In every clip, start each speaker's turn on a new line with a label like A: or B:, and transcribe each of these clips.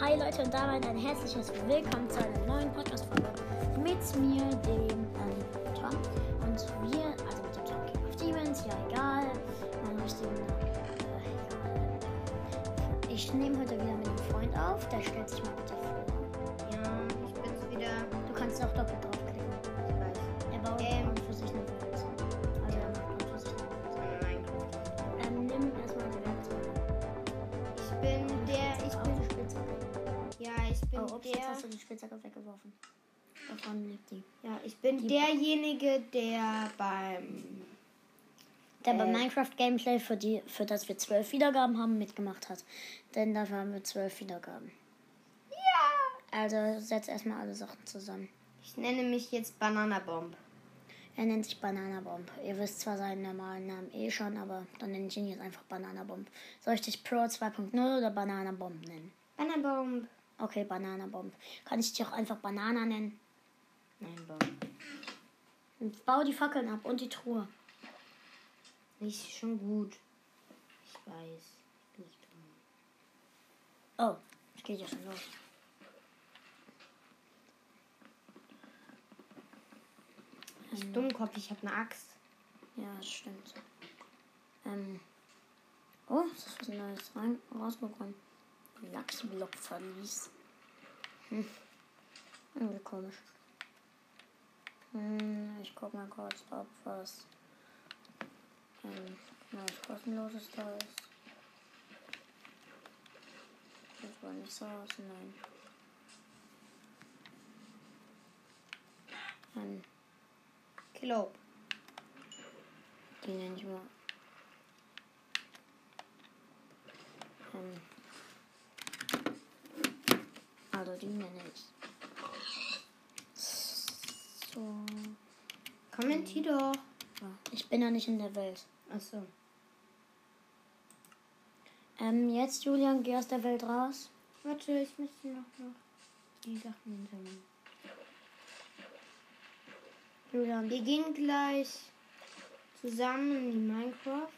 A: Hi Leute und damit ein herzliches Willkommen zu einer neuen Podcast-Folge mit mir, dem ähm, Tom. Und wir, also mit dem Tom King of Demons, ja egal. Und ich, dem, äh, egal. ich nehme heute wieder mit einem Freund auf, der stellt sich mal bitte vor.
B: Ja, ich bin's wieder.
A: Du kannst auch doppelt draufklicken.
B: Ich weiß.
A: Er baut
B: Ähm.
A: an und für sich eine Welt. Also er macht an und für sich eine Welt.
B: das war nur Minecraft.
A: Ähm, nimm erstmal eine Welt.
B: Ich bin der. Ich
A: Auf
B: bin.
A: die Spitzhacke.
B: Ja, ich bin
A: Oh, ups, jetzt
B: der.
A: hast du die Spitzhacke weggeworfen. Davon liegt die.
B: Ja, ich bin derjenige, der beim.
A: der bei
B: Äh.
A: Minecraft Gameplay, für, die, für das wir zwölf Wiedergaben haben, mitgemacht hat. Denn dafür haben wir zwölf Wiedergaben.
B: Ja!
A: Also setz erstmal alle Sachen zusammen.
B: Ich nenne mich jetzt Bananabomb.
A: Er nennt sich Bananabomb. Ihr wisst zwar seinen normalen Namen eh schon, aber dann nenne ich ihn jetzt einfach Bananabomb. Soll ich dich Pro 2.0 oder Bananabomb nennen?
B: Bananabomb.
A: Okay, Bananabomb. Kann ich dich auch einfach Banana nennen?
B: Nein, Bomb.
A: Und bau die Fackeln ab und die Truhe.
B: Nicht schon gut. Ich weiß. Ich bin nicht dumm.
A: Oh, es geht ja schon los.
B: Ich Dummkopf, ich hab ne Axt.
A: Ja, das stimmt. Ähm. Oh, es ist was Neues rein, rausbekommen. Lachsblock verließ. Hm. Irgendwie komisch. Hm, ich guck mal kurz, ob was ähm, neues kostenloses da ist. Sieht wohl nicht so aus, nein. Ähm,
B: Kilo.
A: die nenne ich mal. Ähm. Also die nenne ich. So.
B: Kommentier doch.
A: Ja. Ich bin ja nicht in der Welt.
B: Achso.
A: Ähm, jetzt, Julian, geh aus der Welt raus.
B: Warte, ich müsste noch, noch die Sachen hinter mir.
A: Julian,
B: Wir gehen gleich zusammen in die Minecraft.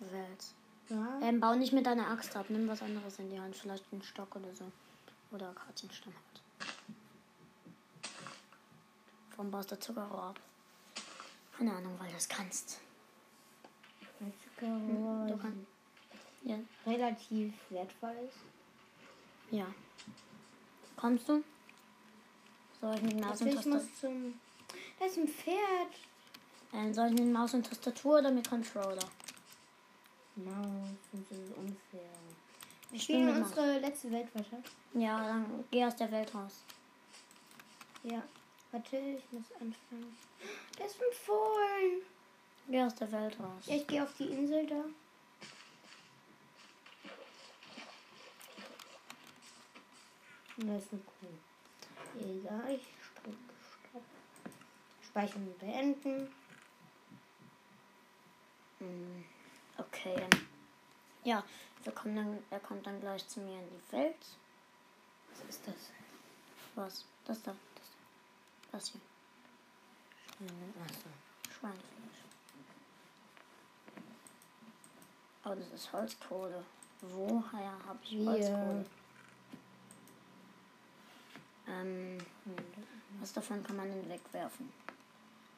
A: Welt.
B: Ja.
A: Ähm, bau nicht mit deiner Axt ab. Nimm was anderes in die Hand. Vielleicht einen Stock oder so. Oder gerade den Stamm halt. Warum baust du Zuckerrohr ab? Keine Ahnung, weil du es kannst.
B: Weil Zuckerrohr
A: Du kannst. Ja.
B: relativ wertvoll ist.
A: ja. Kommst du? Soll ich mit Maus
B: Also
A: und
B: ich
A: Tastatur?
B: muss zum. Da ist ein Pferd.
A: Ähm, soll ich mit Maus und Tastatur oder mit Controller?
B: Maus, das ist unfair.
A: Wir
B: Spielen wir
A: mit Maus.
B: unsere letzte Welt weiter?
A: Ja, dann geh aus der Welt raus.
B: Ja. Warte, ich muss anfangen. Da ist ein Fohlen.
A: Geh aus der Welt raus.
B: Ja, ich gehe auf die Insel da. Und da ist eine Kuh. Egal, ich drücke Stopp. Speichern und beenden.
A: Hm, Okay. Ja, wir kommen dann, er kommt dann gleich zu mir in die Welt.
B: Was ist das?
A: Was? Das da. Das, da. das hier. Schweinefleisch. Oh, das ist Holzkohle. Woher habe ich
B: Wir.
A: Holzkohle? Ähm, was davon kann man denn wegwerfen?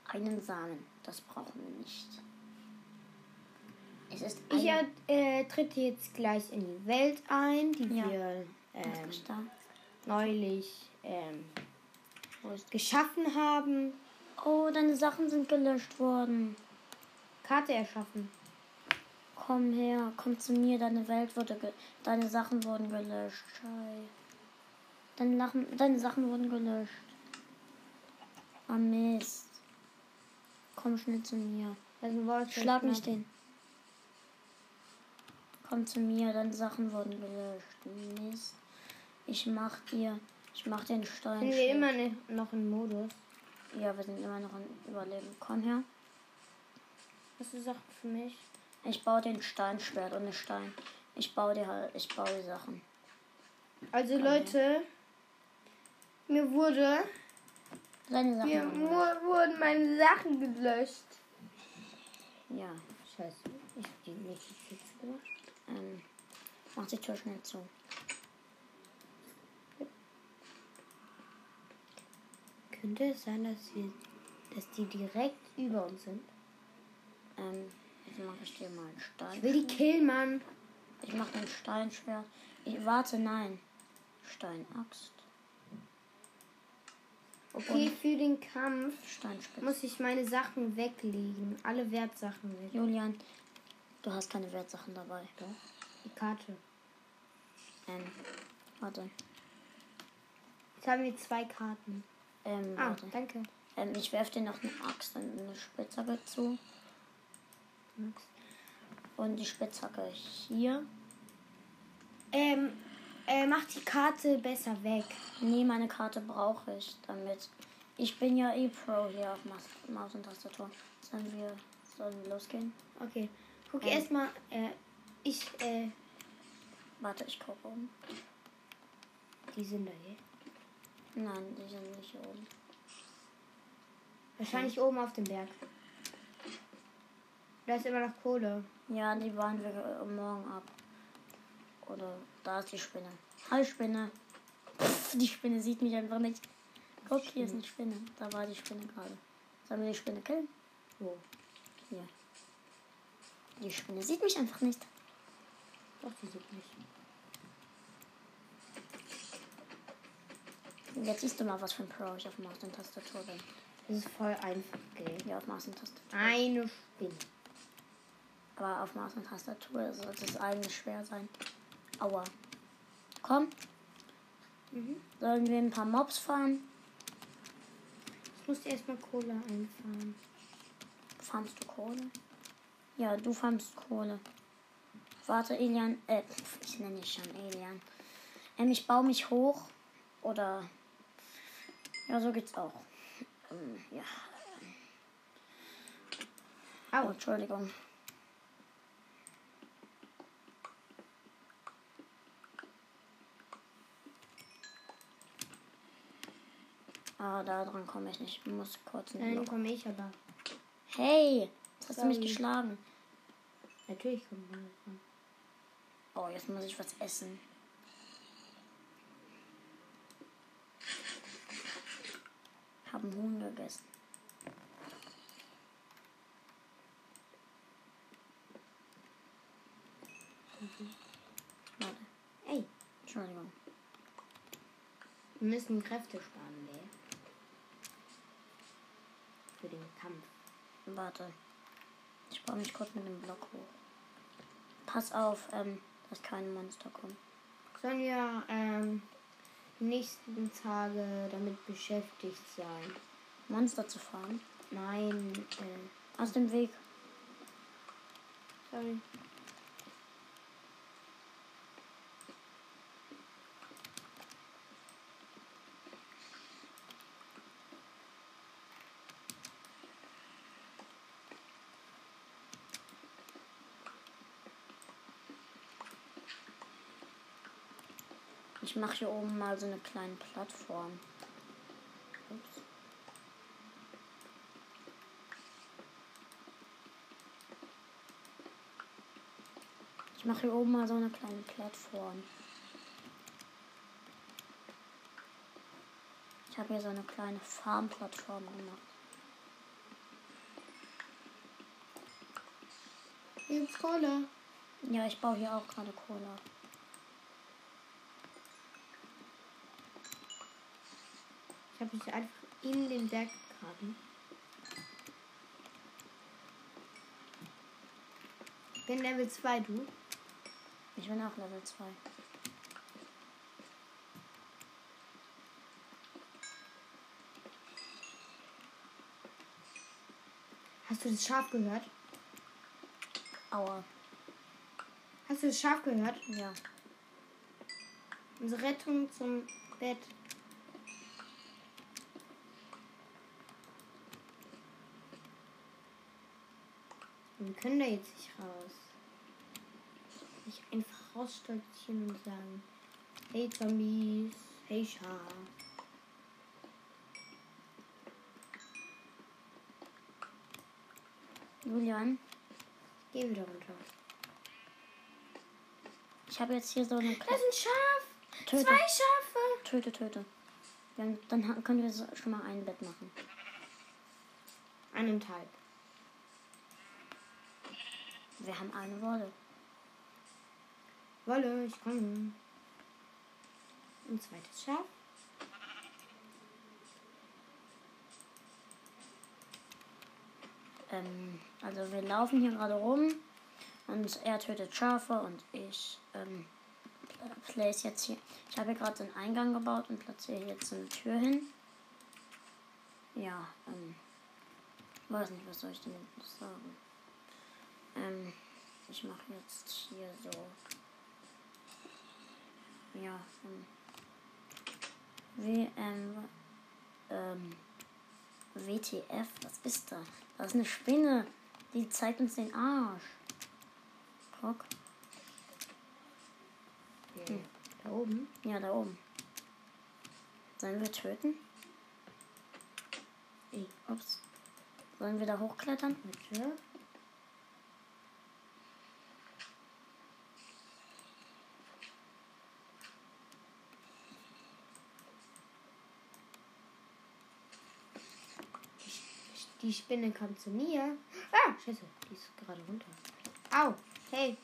A: Einen Samen. Das brauchen wir nicht. Es ist ein...
B: Ich äh, trete jetzt gleich in die Welt ein, die
A: Ja.
B: wir
A: Was
B: ähm,
A: ist da?
B: neulich ähm,
A: Wo ist
B: geschaffen haben.
A: Oh, deine Sachen sind gelöscht worden.
B: Karte erschaffen.
A: Komm her, komm zu mir, deine Welt wurde ge deine Sachen wurden gelöscht. Schei. Deine, Lachen deine Sachen wurden gelöscht. Ah Mist. Komm schnell zu mir.
B: Das ist ein Wort.
A: Schlag nicht den. Komm zu mir, deine Sachen wurden gelöscht. Mist. Ich mach dir, ich mach dir einen Stein.
B: Sind wir immer ne- noch im Modus?
A: ja, wir sind immer noch am Überleben. Komm her.
B: Hast du Sachen für mich?
A: Ich baue den Steinschwert und den Stein. Ich baue dir halt, ich baue die Sachen.
B: Also Leute, mir wurde
A: Seine Sachen.
B: mir
A: haben wir.
B: mu- wurden meine Sachen gelöscht.
A: Ja.
B: Scheiße, ich hab die nicht jetzt gemacht.
A: Ähm, mach die Tür schnell zu.
B: Könnte es sein, dass wir, dass die direkt über uns sind?
A: Ähm, jetzt mache ich dir mal einen Stein.
B: Ich will die killen, Mann.
A: Ich mache ein Steinschwert. Ich warte, nein. Steinaxt.
B: Okay, für den Kampf
A: Steinspitze.
B: muss ich meine Sachen weglegen. Alle Wertsachen weg.
A: Julian, du hast keine Wertsachen dabei. Doch.
B: Die Karte.
A: Ähm, warte.
B: Jetzt haben wir zwei Karten.
A: Ähm,
B: Ah,
A: warte.
B: danke.
A: Ähm, ich werfe dir noch eine Axt und eine Spitzhacke zu.
B: Max.
A: Und die Spitzhacke hier.
B: Ähm, äh, mach die Karte besser weg.
A: Nee, meine Karte brauche ich damit. Ich bin ja eh Pro hier auf Maus, Maus und Tastatur. Sollen wir, sollen wir losgehen?
B: Okay. Guck
A: Ähm.
B: erstmal, äh, ich, äh,
A: Warte, ich um. gucke oben.
B: die sind da hier.
A: Nein, die sind nicht hier oben.
B: Wahrscheinlich oben auf dem Berg. Da ist immer noch Kohle.
A: Ja, die waren wir äh, morgen ab. Oder da ist die Spinne. Hi Spinne. Pff, die Spinne sieht mich einfach nicht. Guck, hier ist eine Spinne. Da war die Spinne gerade. Sollen wir die Spinne killen?
B: Wo?
A: Hier. Die Spinne sieht mich einfach nicht.
B: Doch, die sind nicht.
A: Jetzt siehst du mal, was für ein Pro ich auf Maus und Tastatur bin.
B: Das ist voll einfach, gell?
A: Ja, auf Maus und Tastatur.
B: Eine Spinne.
A: Aber auf Maus und Tastatur also sollte es eigentlich schwer sein. Aua. Komm. Sollen wir ein paar Mobs fahren?
B: Ich muss erstmal Kohle einfahren.
A: Farmst du Kohle? Ja, du farmst Kohle. Warte, Elian. Äh, pf, ich nenne dich schon Elian. Ähm, ich baue mich hoch. Oder. Ja, so geht's auch. Ähm, ja. Oh,
B: Au.
A: Entschuldigung. Ah, da dran komme ich nicht. Ich muss kurz in den
B: Nein,
A: Block.
B: komme ich aber.
A: Hey, jetzt hast du mich
B: Sorry.
A: geschlagen.
B: Natürlich kommt man davon.
A: Oh, jetzt muss ich was essen. Haben Huhn gegessen. Warte,
B: Ey,
A: Entschuldigung.
B: wir müssen Kräfte sparen, gell? Für den Kampf.
A: Warte. Ich baue mich kurz mit dem Block hoch. Pass auf, ähm, dass kein Monster kommt.
B: Sollen wir ähm, die nächsten Tage damit beschäftigt sein?
A: Monster zu fahren.
B: Nein, äh,
A: Aus dem Weg.
B: sorry.
A: Ich mache hier oben mal so eine kleine Plattform. Ups. Ich mache hier oben mal so eine kleine Plattform. Ich habe hier so eine kleine Farmplattform gemacht.
B: Hier gibt's Kohle.
A: Ja, ich baue hier auch gerade Kohle ab.
B: Ich habe mich einfach in den Berg gegraben. Ich bin Level 2, du.
A: Ich bin auch Level 2.
B: Hast du das Schaf gehört?
A: Aua.
B: Hast du das Schaf gehört?
A: Ja.
B: Unsere Rettung zum Bett. Wir können da jetzt nicht raus. Nicht einfach rausstolzieren und sagen, hey Zombies, hey Schaf.
A: Julian,
B: Ich geh wieder runter.
A: ich habe jetzt hier so eine
B: Das
A: kleine.
B: ist ein Schaf!
A: Töte,
B: Zwei Schafe!
A: töte, töte. Dann, dann ha- können wir so- schon mal ein Bett machen.
B: Eineinhalb.
A: Wir haben eine Wolle.
B: Wolle, ich komme. Ein zweites Schaf.
A: Ähm, also wir laufen hier gerade rum und er tötet Schafe und ich ähm, pla- place jetzt hier. Ich habe hier gerade so einen Eingang gebaut und platziere hier jetzt so eine Tür hin. Ja, ähm, weiß nicht, was soll ich denn sagen. Ähm, ich mache jetzt hier so. Ja, ähm, w, ähm, ähm, WTF, was ist da? Da ist eine Spinne. Die zeigt uns den Arsch. Guck.
B: Hm. Da oben.
A: Ja, da oben. Sollen wir töten?
B: Ey.
A: Ups. Sollen wir da hochklettern?
B: Warte. Die Spinne kam zu mir. Ah, scheiße, die ist gerade runter. Au, hey.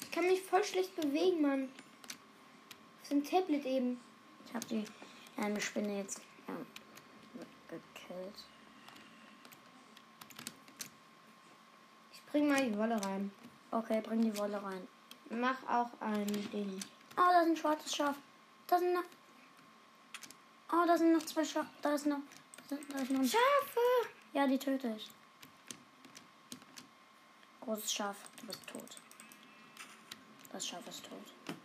B: Ich kann mich voll schlecht bewegen, Mann. Auf dem Tablet eben.
A: Ich habe die ähm, Spinne jetzt ähm, gekillt.
B: Ich bring mal die Wolle rein.
A: Okay, bring die Wolle rein.
B: Mach auch ein Ding.
A: Oh, da ist ein schwarzes Schaf. Da sind noch. Oh, da sind noch zwei Schafe. Da ist noch. Da sind- da ist noch ein
B: Schafe!
A: Ja, die töte ich. Großes Schaf, du bist tot. Das Schaf ist tot.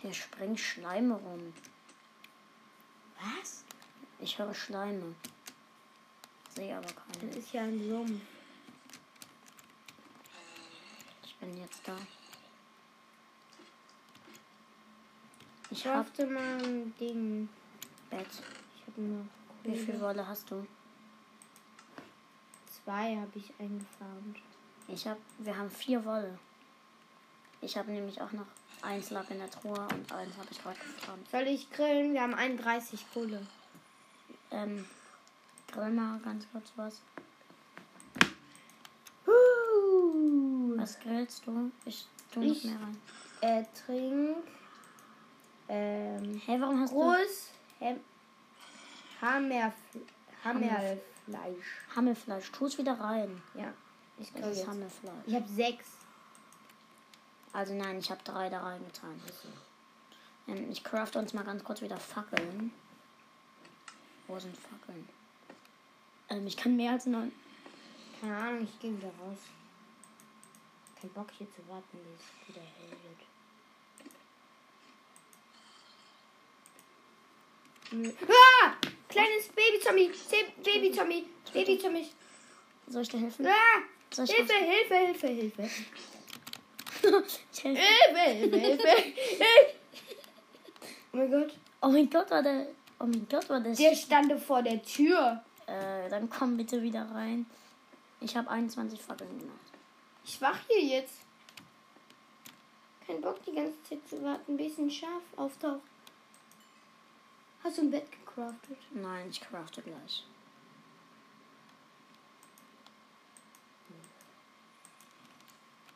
A: Hier springen Schleime rum.
B: Was?
A: Ich höre Schleime. Sehe aber
B: Das
A: keine.
B: ist ja ein Sumpf.
A: Ich bin jetzt da. Ich
B: Ich
A: hab
B: hoffe mal ein Ding.
A: Bett.
B: Ich habe noch
A: Wie viel
B: Kohle.
A: Wolle hast du?
B: Zwei habe ich eingefarmt.
A: Ich hab, wir haben vier Wolle. Ich habe nämlich auch noch eins lag in der Truhe und eins habe ich gerade gefarmt.
B: Soll ich grillen? Wir haben 31 Kohle.
A: Ähm, grill mal ganz kurz was.
B: Huh.
A: Was grillst du? Ich tu nicht
B: Ich-
A: mehr rein.
B: Äh, trink. Ähm,
A: Hey, warum hast
B: groß. Hem- Hammerf Hammerfleisch.
A: du Hammelfleisch? Tu es wieder rein.
B: Ja. Ich
A: Das
B: grill
A: ist
B: jetzt.
A: Hammelfleisch.
B: Ich habe sechs.
A: Also nein, ich habe drei da reingetan. Ähm, ich crafte uns mal ganz kurz wieder Fackeln. Wo sind Fackeln? Ähm, ich kann mehr als neun.
B: Keine Ahnung, ich gehe wieder raus. Kein Bock hier zu warten, bis es wieder hell wird. Nö. Ah! Kleines Baby-Zombie! Se- Baby-Zombie! Baby-Zombie!
A: Soll ich dir helfen?
B: Ah!
A: Soll ich
B: Hilfe, Hilfe, Hilfe, Hilfe!
A: Ich helfe.
B: Hilfe, Hilfe, Hilfe! Oh mein Gott,
A: Oh mein Gott, war der. Oh mein Gott, war das.
B: der stand vor der Tür.
A: Äh, dann komm bitte wieder rein. Ich habe 21 Fackeln gemacht.
B: Ich wach hier jetzt. Kein Bock, die ganze Zeit zu warten, bis ein Schaf auftaucht. Hast du ein Bett gecraftet?
A: Nein, ich crafte gleich.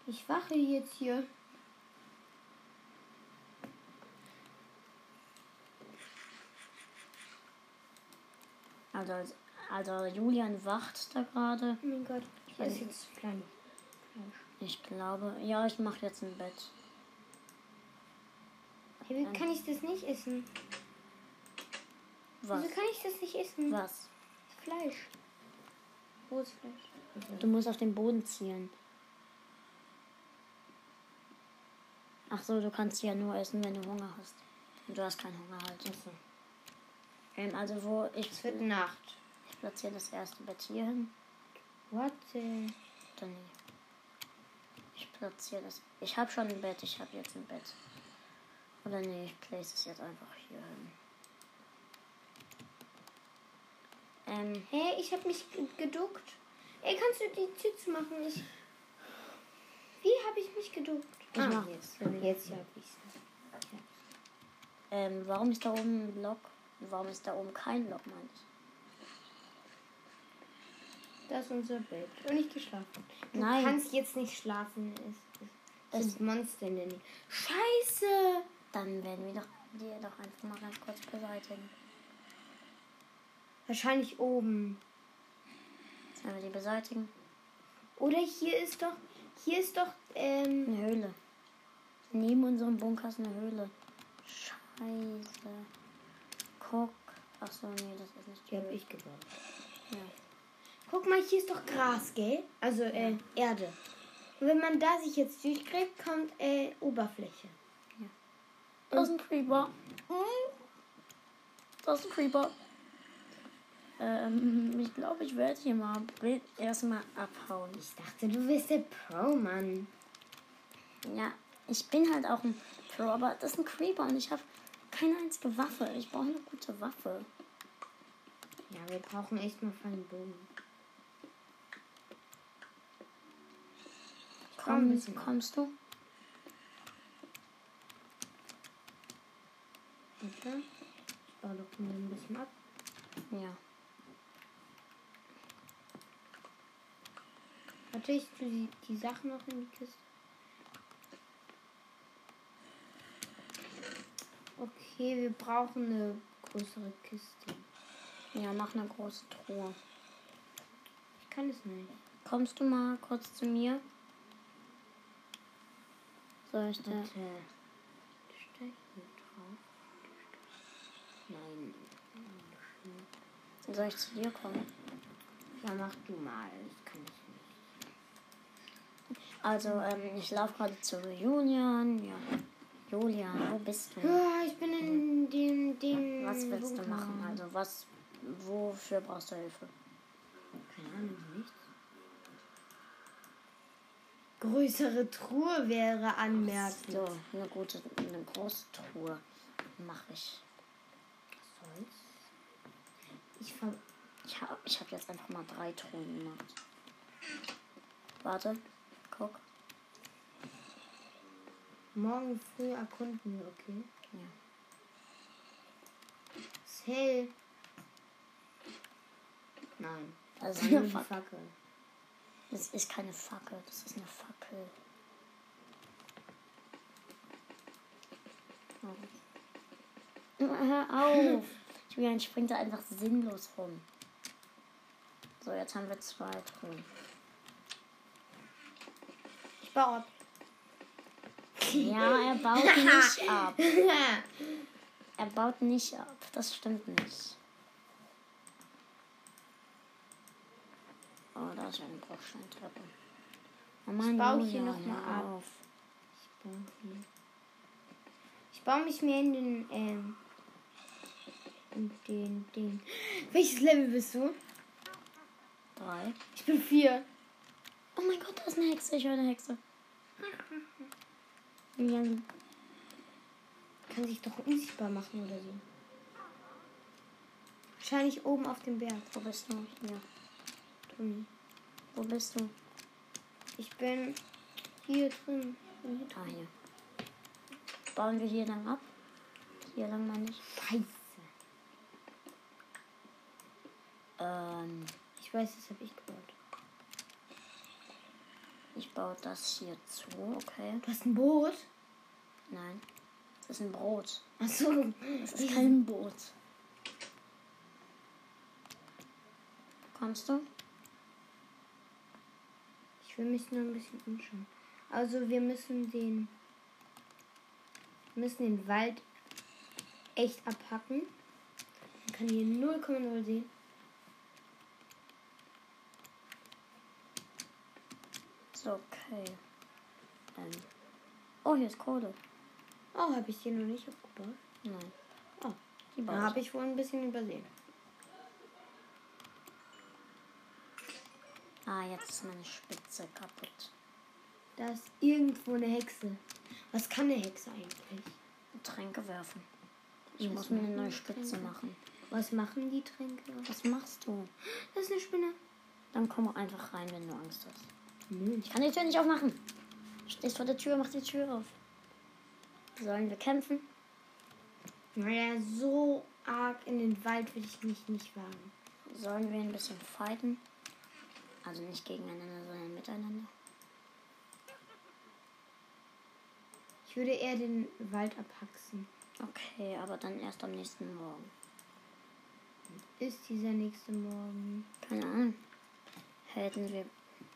B: Ich wache jetzt hier.
A: Also, also Julian wacht da gerade.
B: Oh mein Gott, hier ist jetzt klein.
A: Ich glaube, ja, ich mache jetzt ein Bett.
B: Hey, wie kann ich das nicht essen?
A: Was?
B: Wieso kann ich das nicht essen?
A: Was?
B: Fleisch. Rohes Fleisch.
A: Du musst auf den Boden zielen. Ach so, du kannst sie ja nur essen, wenn du Hunger hast. Und du hast keinen Hunger halt. Ähm, also wo ich,
B: Es wird Nacht.
A: ich platziere das erste Bett hier hin.
B: What the?
A: Dann ich platziere das. Ich habe schon ein Bett, ich habe jetzt ein Bett. Oder nee, ich place es jetzt einfach hier hin. Ähm,
B: Hey, ich habe mich ge- geduckt. Ey, kannst du die Tür zu machen? Ich. Wie habe ich mich geduckt?
A: Ich mach
B: jetzt. Jetzt habe ich
A: Ähm, warum ist da oben ein Block? Warum ist da oben kein Block, meine ich?
B: Das ist unser Bett. Und ich geschlafen. Du
A: Nein.
B: kannst jetzt nicht schlafen. Es, es,
A: Es-
B: sind Monster in der Nähe. Scheiße!
A: Dann werden wir doch die doch einfach mal ganz kurz beseitigen.
B: Wahrscheinlich oben.
A: Sollen wir die beseitigen?
B: Oder hier ist doch. Hier ist doch. Ähm,
A: Eine Höhle. Neben unserem Bunker ist eine Höhle. Scheiße. Guck. Ach so, nee, das ist nicht
B: die
A: die
B: habe
A: Höhle.
B: ich gebaut.
A: Ja.
B: Guck mal, hier ist doch Gras, gell? Also äh, Erde. Und wenn man da sich jetzt durchkriegt, kommt äh, Oberfläche.
A: Das ist ein Creeper. Das ist ein Creeper. Ähm, ich glaube, ich werde hier mal be- erstmal abhauen.
B: Ich dachte, du bist der Pro, Mann.
A: Ja, ich bin halt auch ein Pro, aber das ist ein Creeper und ich habe keine einzige Waffe. Ich brauche eine gute Waffe.
B: Ja, wir brauchen echt mal einen Bogen. brauch ein
A: Komm,
B: bisschen was.
A: kommst du?
B: Warte. Ich baue doch mal ein bisschen ab.
A: Ja.
B: Warte, ich tue die, die Sachen noch in die Kiste. Okay, wir brauchen eine größere Kiste.
A: Ja, mach eine große Truhe.
B: Ich kann es nicht.
A: Kommst du mal kurz zu mir? Soll ich da?
B: Warte. Steig hier drauf. Nein.
A: Soll ich zu dir kommen?
B: Ja, mach du mal. Ich kann das nicht.
A: Also, ähm, ich laufe gerade zu Julian. Ja. Julian, wo bist du?
B: Ah, ich bin in dem Ding.
A: Was willst du machen? Also, was, wofür brauchst du Hilfe? Also-
B: Keine Ahnung, nichts. Größere Truhe wäre anmerkend.
A: So, eine gute, eine große Truhe mache ich.
B: Was soll's? Ich ver...
A: Ich habe ich hab jetzt einfach mal drei Truhen gemacht. Warte, guck.
B: Morgen früh erkunden wir, okay?
A: Ja.
B: Ist hell. Nein.
A: Das
B: war
A: ist
B: nur
A: Also, eine
B: die
A: Fackel.
B: Fackel.
A: Das ist keine Fackel, das ist eine Fackel. Oh. Hör auf! Julian springt da einfach sinnlos rum. So, jetzt haben wir zwei Truhen.
B: Ich baue ab.
A: Ja, er baut nicht ab. Er baut nicht ab. Das stimmt nicht. Oh, da ist eine Bruchsteintreppe. Oh Mann,
B: baue hier
A: Julian,
B: noch mal
A: hör
B: ab.
A: auf.
B: Ich baue hier. Ich baue mich mehr in den, ähm, in den Ding. Welches Level bist du?
A: Drei.
B: Ich bin vier.
A: Oh mein Gott, da ist eine Hexe. Ich höre eine Hexe. Julian,
B: Kann sich doch unsichtbar machen oder so. Wahrscheinlich oben auf dem Berg,
A: wo bist du? Hier.
B: Tommy.
A: Wo bist du?
B: Hm. Ich bin hier drin. Bin hier drin.
A: Ah, hier. Bauen wir hier lang ab? Hier lang meine ich.
B: Scheiße.
A: Ähm,
B: Ich weiß, das habe ich gebaut.
A: ich baue das hier zu. Okay.
B: Du hast ein Boot?
A: Nein. Das ist ein Brot.
B: Achso.
A: Das ist kein Boot. Kommst du?
B: Ich will mich nur ein bisschen umschauen. Also wir müssen den müssen den Wald echt abhacken. Man kann hier 0,0 sehen.
A: Ist okay. Ähm. Oh, hier ist Kohle.
B: Oh, habe ich hier noch nicht abgebaut.
A: Nein.
B: Oh,
A: Die
B: da
A: baue
B: habe
A: ich.
B: ich wohl ein bisschen übersehen.
A: Ah, jetzt ist meine Spitze kaputt.
B: Da ist irgendwo eine Hexe. Was kann eine Hexe eigentlich?
A: Tränke werfen. Ich
B: Was
A: muss mir eine
B: machen
A: neue
B: die
A: Spitze
B: Tränke?
A: machen.
B: Was machen die Tränke?
A: Was machst du?
B: Das ist eine Spinne.
A: Dann komm einfach rein, wenn du Angst hast.
B: Nö.
A: Ich kann die Tür nicht aufmachen. Stehst vor der Tür, mach die Tür auf. Sollen wir kämpfen?
B: Naja, so arg in den Wald will ich mich nicht wagen.
A: Sollen wir ein bisschen fighten? Also nicht gegeneinander, sondern miteinander.
B: Ich würde eher den Wald abhaxen.
A: Okay, aber dann erst am nächsten Morgen.
B: Ist dieser nächste Morgen.
A: Keine Ahnung. Hätten wir.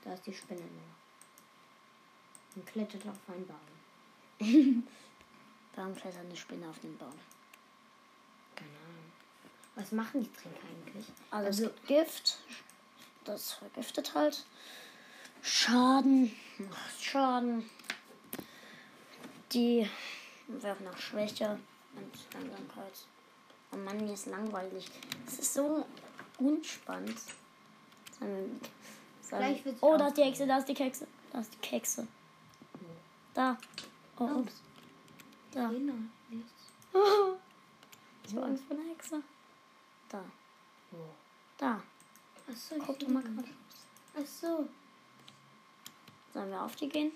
B: Da ist die Spinne nur. Und klettert auf einen Baum.
A: Warum klettert eine Spinne auf den Baum?
B: Keine Ahnung. Was machen die Trinker eigentlich?
A: Also, es gibt Gift. Das vergiftet halt. Schaden. Macht Schaden. Die werfen nach Schwäche und Langsamkeit. Oh Mann, mir ist langweilig. Es ist so unspannend. Sagen wir- sagen wir-
B: Gleich wird's
A: oh, da ist die Hexe, da ist die Kekse. Da ist die Kekse. Da. Oh,
B: Oh.
A: ups. Da. Oh.
B: Genau. Nichts.
A: Ich war Angst vor einer Hexe. Da.
B: Oh.
A: Da.
B: Achso, ich
A: Guck doch mal
B: sehe
A: gerade.
B: nicht. Ach so.
A: Sollen wir auf die gehen?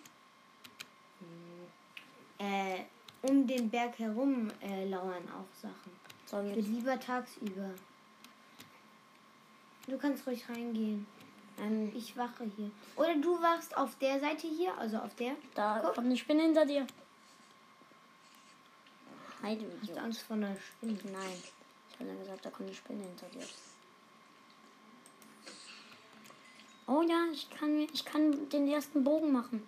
B: Äh, um den Berg herum äh, lauern auch Sachen.
A: Sollen
B: Ich würde
A: wir.
B: lieber tagsüber. Du kannst ruhig reingehen.
A: Ähm,
B: Ich wache hier. Oder du wachst auf der Seite hier, also auf der.
A: da
B: Guck.
A: kommt eine Spinne hinter dir. Heide,
B: Hast du
A: Idiot.
B: Angst vor einer Spinne?
A: Nein. Ich habe ja gesagt, da kommt eine Spinne hinter dir. Oh ja, ich kann, mir- ich kann den ersten Bogen machen.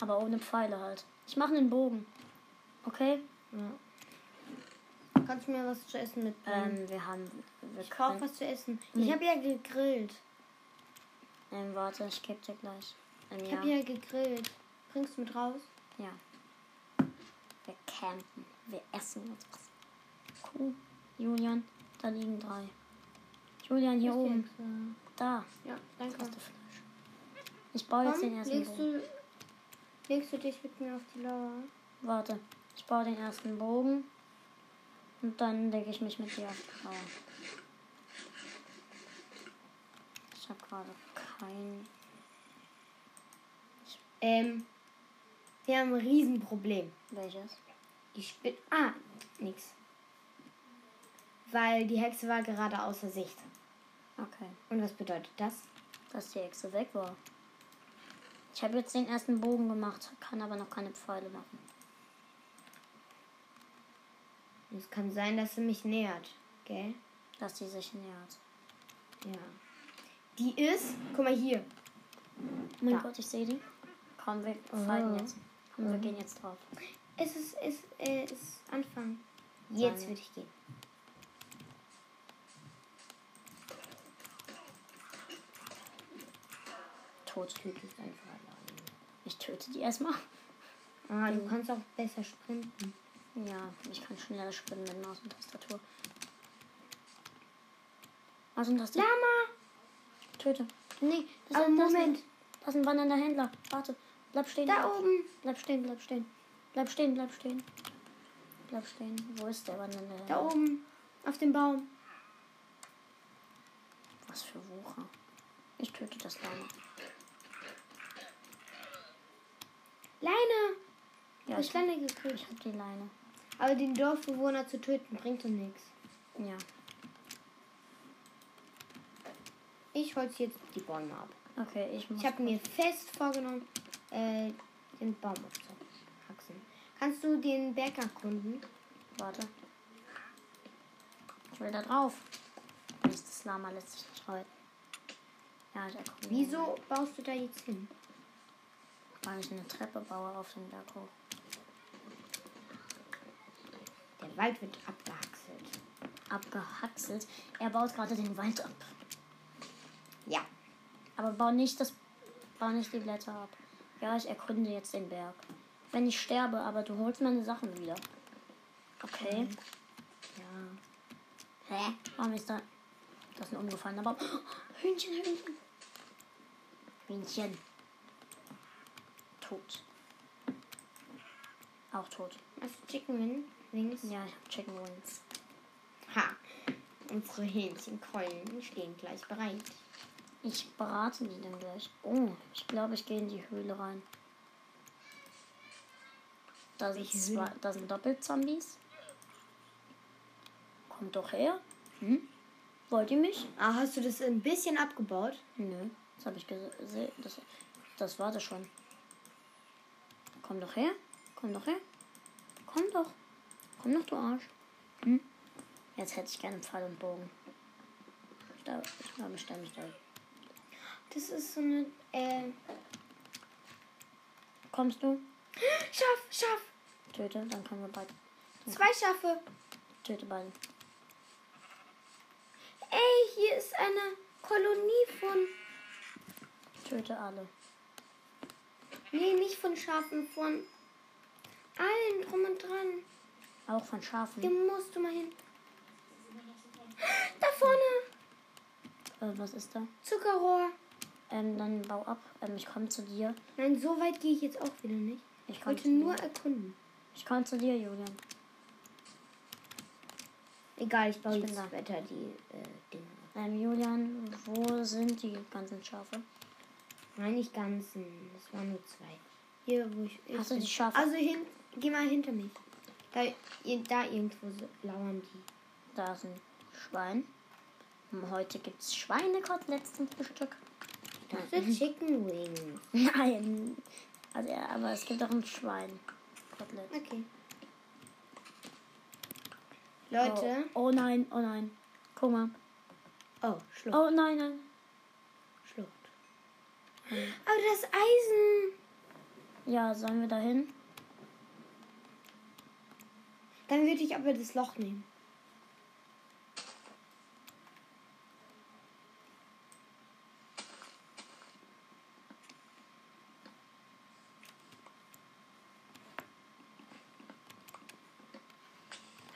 A: Aber ohne Pfeile halt. Ich mache einen Bogen. Okay?
B: Ja. Kannst du mir was zu essen mitbringen?
A: Ähm, wir haben. Wir
B: Mhm. ich kaufe was zu essen. Ich
A: Mhm.
B: habe ja gegrillt.
A: Ähm, warte, ich geb dir gleich. Ähm,
B: Ich
A: ja.
B: habe ja gegrillt. Bringst du mit raus?
A: Ja. Wir campen. Wir essen uns was. Cool. Julian, da liegen drei. Julian, hier
B: Ist
A: oben.
B: nix, äh,
A: Da.
B: Ja,
A: Das
B: danke.
A: ist das Fleisch. Ich baue jetzt den
B: Komm,
A: ersten
B: legst
A: Bogen.
B: du, legst du dich mit mir auf die Lauer?
A: Warte. Ich baue den ersten Bogen. Und dann decke ich mich mit dir auf. die Mauer. Ich habe gerade kein.
B: Ähm, wir haben ein Riesenproblem.
A: Welches?
B: Ich bin. Ah, nix. Weil die Hexe war gerade außer Sicht.
A: Okay.
B: Und was bedeutet das?
A: Dass die Echse weg war. Ich habe jetzt den ersten Bogen gemacht, kann aber noch keine Pfeile machen.
B: Es kann sein, dass sie mich nähert. Gell?
A: Dass sie sich nähert.
B: Ja. Die ist. Guck mal hier.
A: Oh mein
B: Ja.
A: Gott, ich sehe die. Komm, wir fighten
B: Oh.
A: jetzt. Komm, wir gehen jetzt drauf.
B: Es ist. Es, äh, es ist Anfang. Jetzt
A: Nein.
B: würde ich gehen.
A: Tot.
B: Tötest einfach alleine.
A: Ich töte die erstmal.
B: Ah, du kannst auch besser sprinten.
A: Ja, ich kann schneller springen mit Maus und Tastatur. Maus und Tastatur.
B: Lama!
A: Töte. Nee, das
B: Aber
A: ist, das ist ein,
B: Moment.
A: das ist ein wandernder Händler. Warte. Bleib stehen.
B: Da oben!
A: Bleib stehen, bleib stehen. Bleib stehen, bleib stehen. Bleib stehen. Wo ist der wandernde Händler?
B: Da oben! Auf dem Baum!
A: Was für Wucher. Ich töte das Lama.
B: Leine!
A: Ja,
B: ich
A: ich,
B: Leine gekriegt.
A: ich hab die Leine.
B: Aber den Dorfbewohner zu töten bringt uns nichts.
A: Ja.
B: Ich holz jetzt die Bäume ab.
A: Okay, ich muss.
B: Ich habe mir fest vorgenommen, äh, den Baum abzuhaxen. Kannst du den Berg erkunden?
A: Warte. Ich will da drauf. Mist, das Lama lässt sich nicht reiten. Ja, da kommt.
B: Wieso baust du da jetzt hin?
A: Weil ich eine Treppe baue auf den Berg hoch.
B: Der Wald wird abgehaxelt.
A: Abgehaxelt. Er baut gerade den Wald ab.
B: Ja.
A: Aber bau nicht das. Bau nicht die Blätter ab. Ja, ich erkunde jetzt den Berg. Wenn ich sterbe, aber du holst meine Sachen wieder. Okay.
B: Ja.
A: Hä? Warum ist da. Das ist ein umgefallener Baum. Hühnchen, Hühnchen. Hühnchen. Tot. Auch tot.
B: Hast du Chicken Wing- Wings?
A: Ja, ich hab Chicken Wings.
B: Ha. Unsere Hähnchenkeulen stehen gleich bereit.
A: Ich berate die dann gleich. Oh, ich glaube, ich gehe in die Höhle rein. Da sind,
B: Welche
A: zwei,
B: Höhle?
A: da sind Doppelzombies. Kommt doch her. Hm? Wollt ihr mich?
B: Ah, hast du das ein bisschen abgebaut?
A: Nö, das habe ich gesehen. Das, das war das schon. Komm doch her. Komm doch her. Komm doch. Komm doch, du Arsch. Hm? Jetzt hätte ich gerne Pfeil und Bogen. Ich glaube, ich glaube, ich stelle mich da.
B: Das ist so eine. Äh,
A: Kommst du?
B: Schaf, Schaf.
A: Töte, dann können wir beide.
B: Zwei Schafe.
A: Töte beide.
B: Ey, hier ist eine Kolonie von.
A: Töte alle.
B: Nee, nicht von Schafen, von allen drum und dran.
A: Auch von
B: Hier
A: Schafen.
B: musst du mal hin. Da vorne.
A: Äh, was ist da?
B: Zuckerrohr.
A: Ähm, dann bau ab. Ähm, ich komme zu dir.
B: Nein, so weit gehe ich jetzt auch wieder nicht.
A: Ich
B: Ich
A: komme
B: wollte
A: zu
B: nur
A: dir.
B: erkunden.
A: Ich komme zu dir, Julian.
B: Egal, ich baue
A: Ich bin
B: jetzt
A: da.
B: weiter die äh, Dinge. ab.
A: Ähm, Julian, wo sind die ganzen Schafe?
B: Nein, nicht ganzen. Das waren nur zwei. Hier, wo ich.
A: Hast du
B: ich-
A: die Schafe?
B: Also hin, geh mal hinter mich. Da, ir- da irgendwo so- lauern die.
A: Da ist ein Schwein. Hm, Heute gibt's Schweinekoteletts zum Frühstück.
B: Das sind Chicken Wings.
A: Nein. Also, ja, aber es gibt auch ein Schweinkotelett.
B: Okay. Leute.
A: Oh, oh nein, oh nein. Guck mal.
B: Oh, Schlucht.
A: Oh nein, nein.
B: Schlucht. Aber das Eisen.
A: Ja, sollen wir dahin?
B: Dann würde ich aber das Loch nehmen.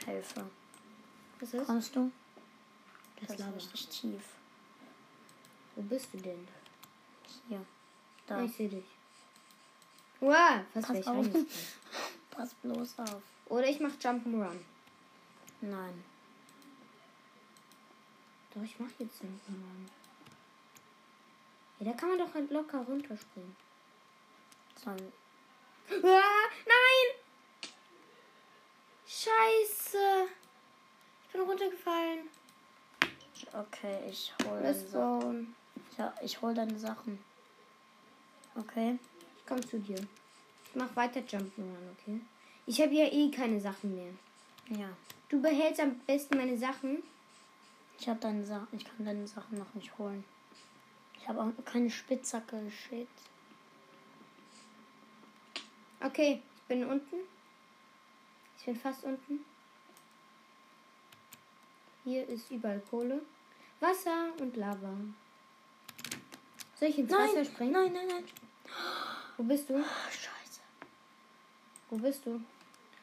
A: Helfe.
B: Was ist?
A: Kommst du?
B: Das
A: ist
B: Lava.
A: richtig tief.
B: Wo bist du denn?
A: Hier. Da.
B: Ich sehe dich. Wow, was
A: Pass
B: ich
A: auf.
B: reingefallen.
A: Pass bloß auf.
B: Oder ich mache Jump'n'Run.
A: Nein.
B: Doch, ich mache jetzt Jump'n'Run. Ja, da kann man doch halt locker runterspringen.
A: Sollen,
B: Ah, nein! Scheiße! Ich bin runtergefallen.
A: okay, ich hol deine Sachen.
B: Mistbone.
A: Ja, ich hol deine Sachen. Okay.
B: Ich komm zu dir. Ich mach weiter Jump'n'Run, okay? Ich habe ja eh keine Sachen mehr.
A: Ja.
B: Du behältst am besten meine Sachen.
A: Ich hab deine Sachen. Ich kann deine Sachen noch nicht holen. Ich habe auch keine Spitzhacke. Shit.
B: Okay, ich bin unten. Ich bin fast unten. Hier ist überall Kohle, Wasser und Lava. Soll ich ins Wasser springen?
A: nein, nein, nein.
B: Wo bist du?
A: Ach, scheiße.
B: Wo bist du?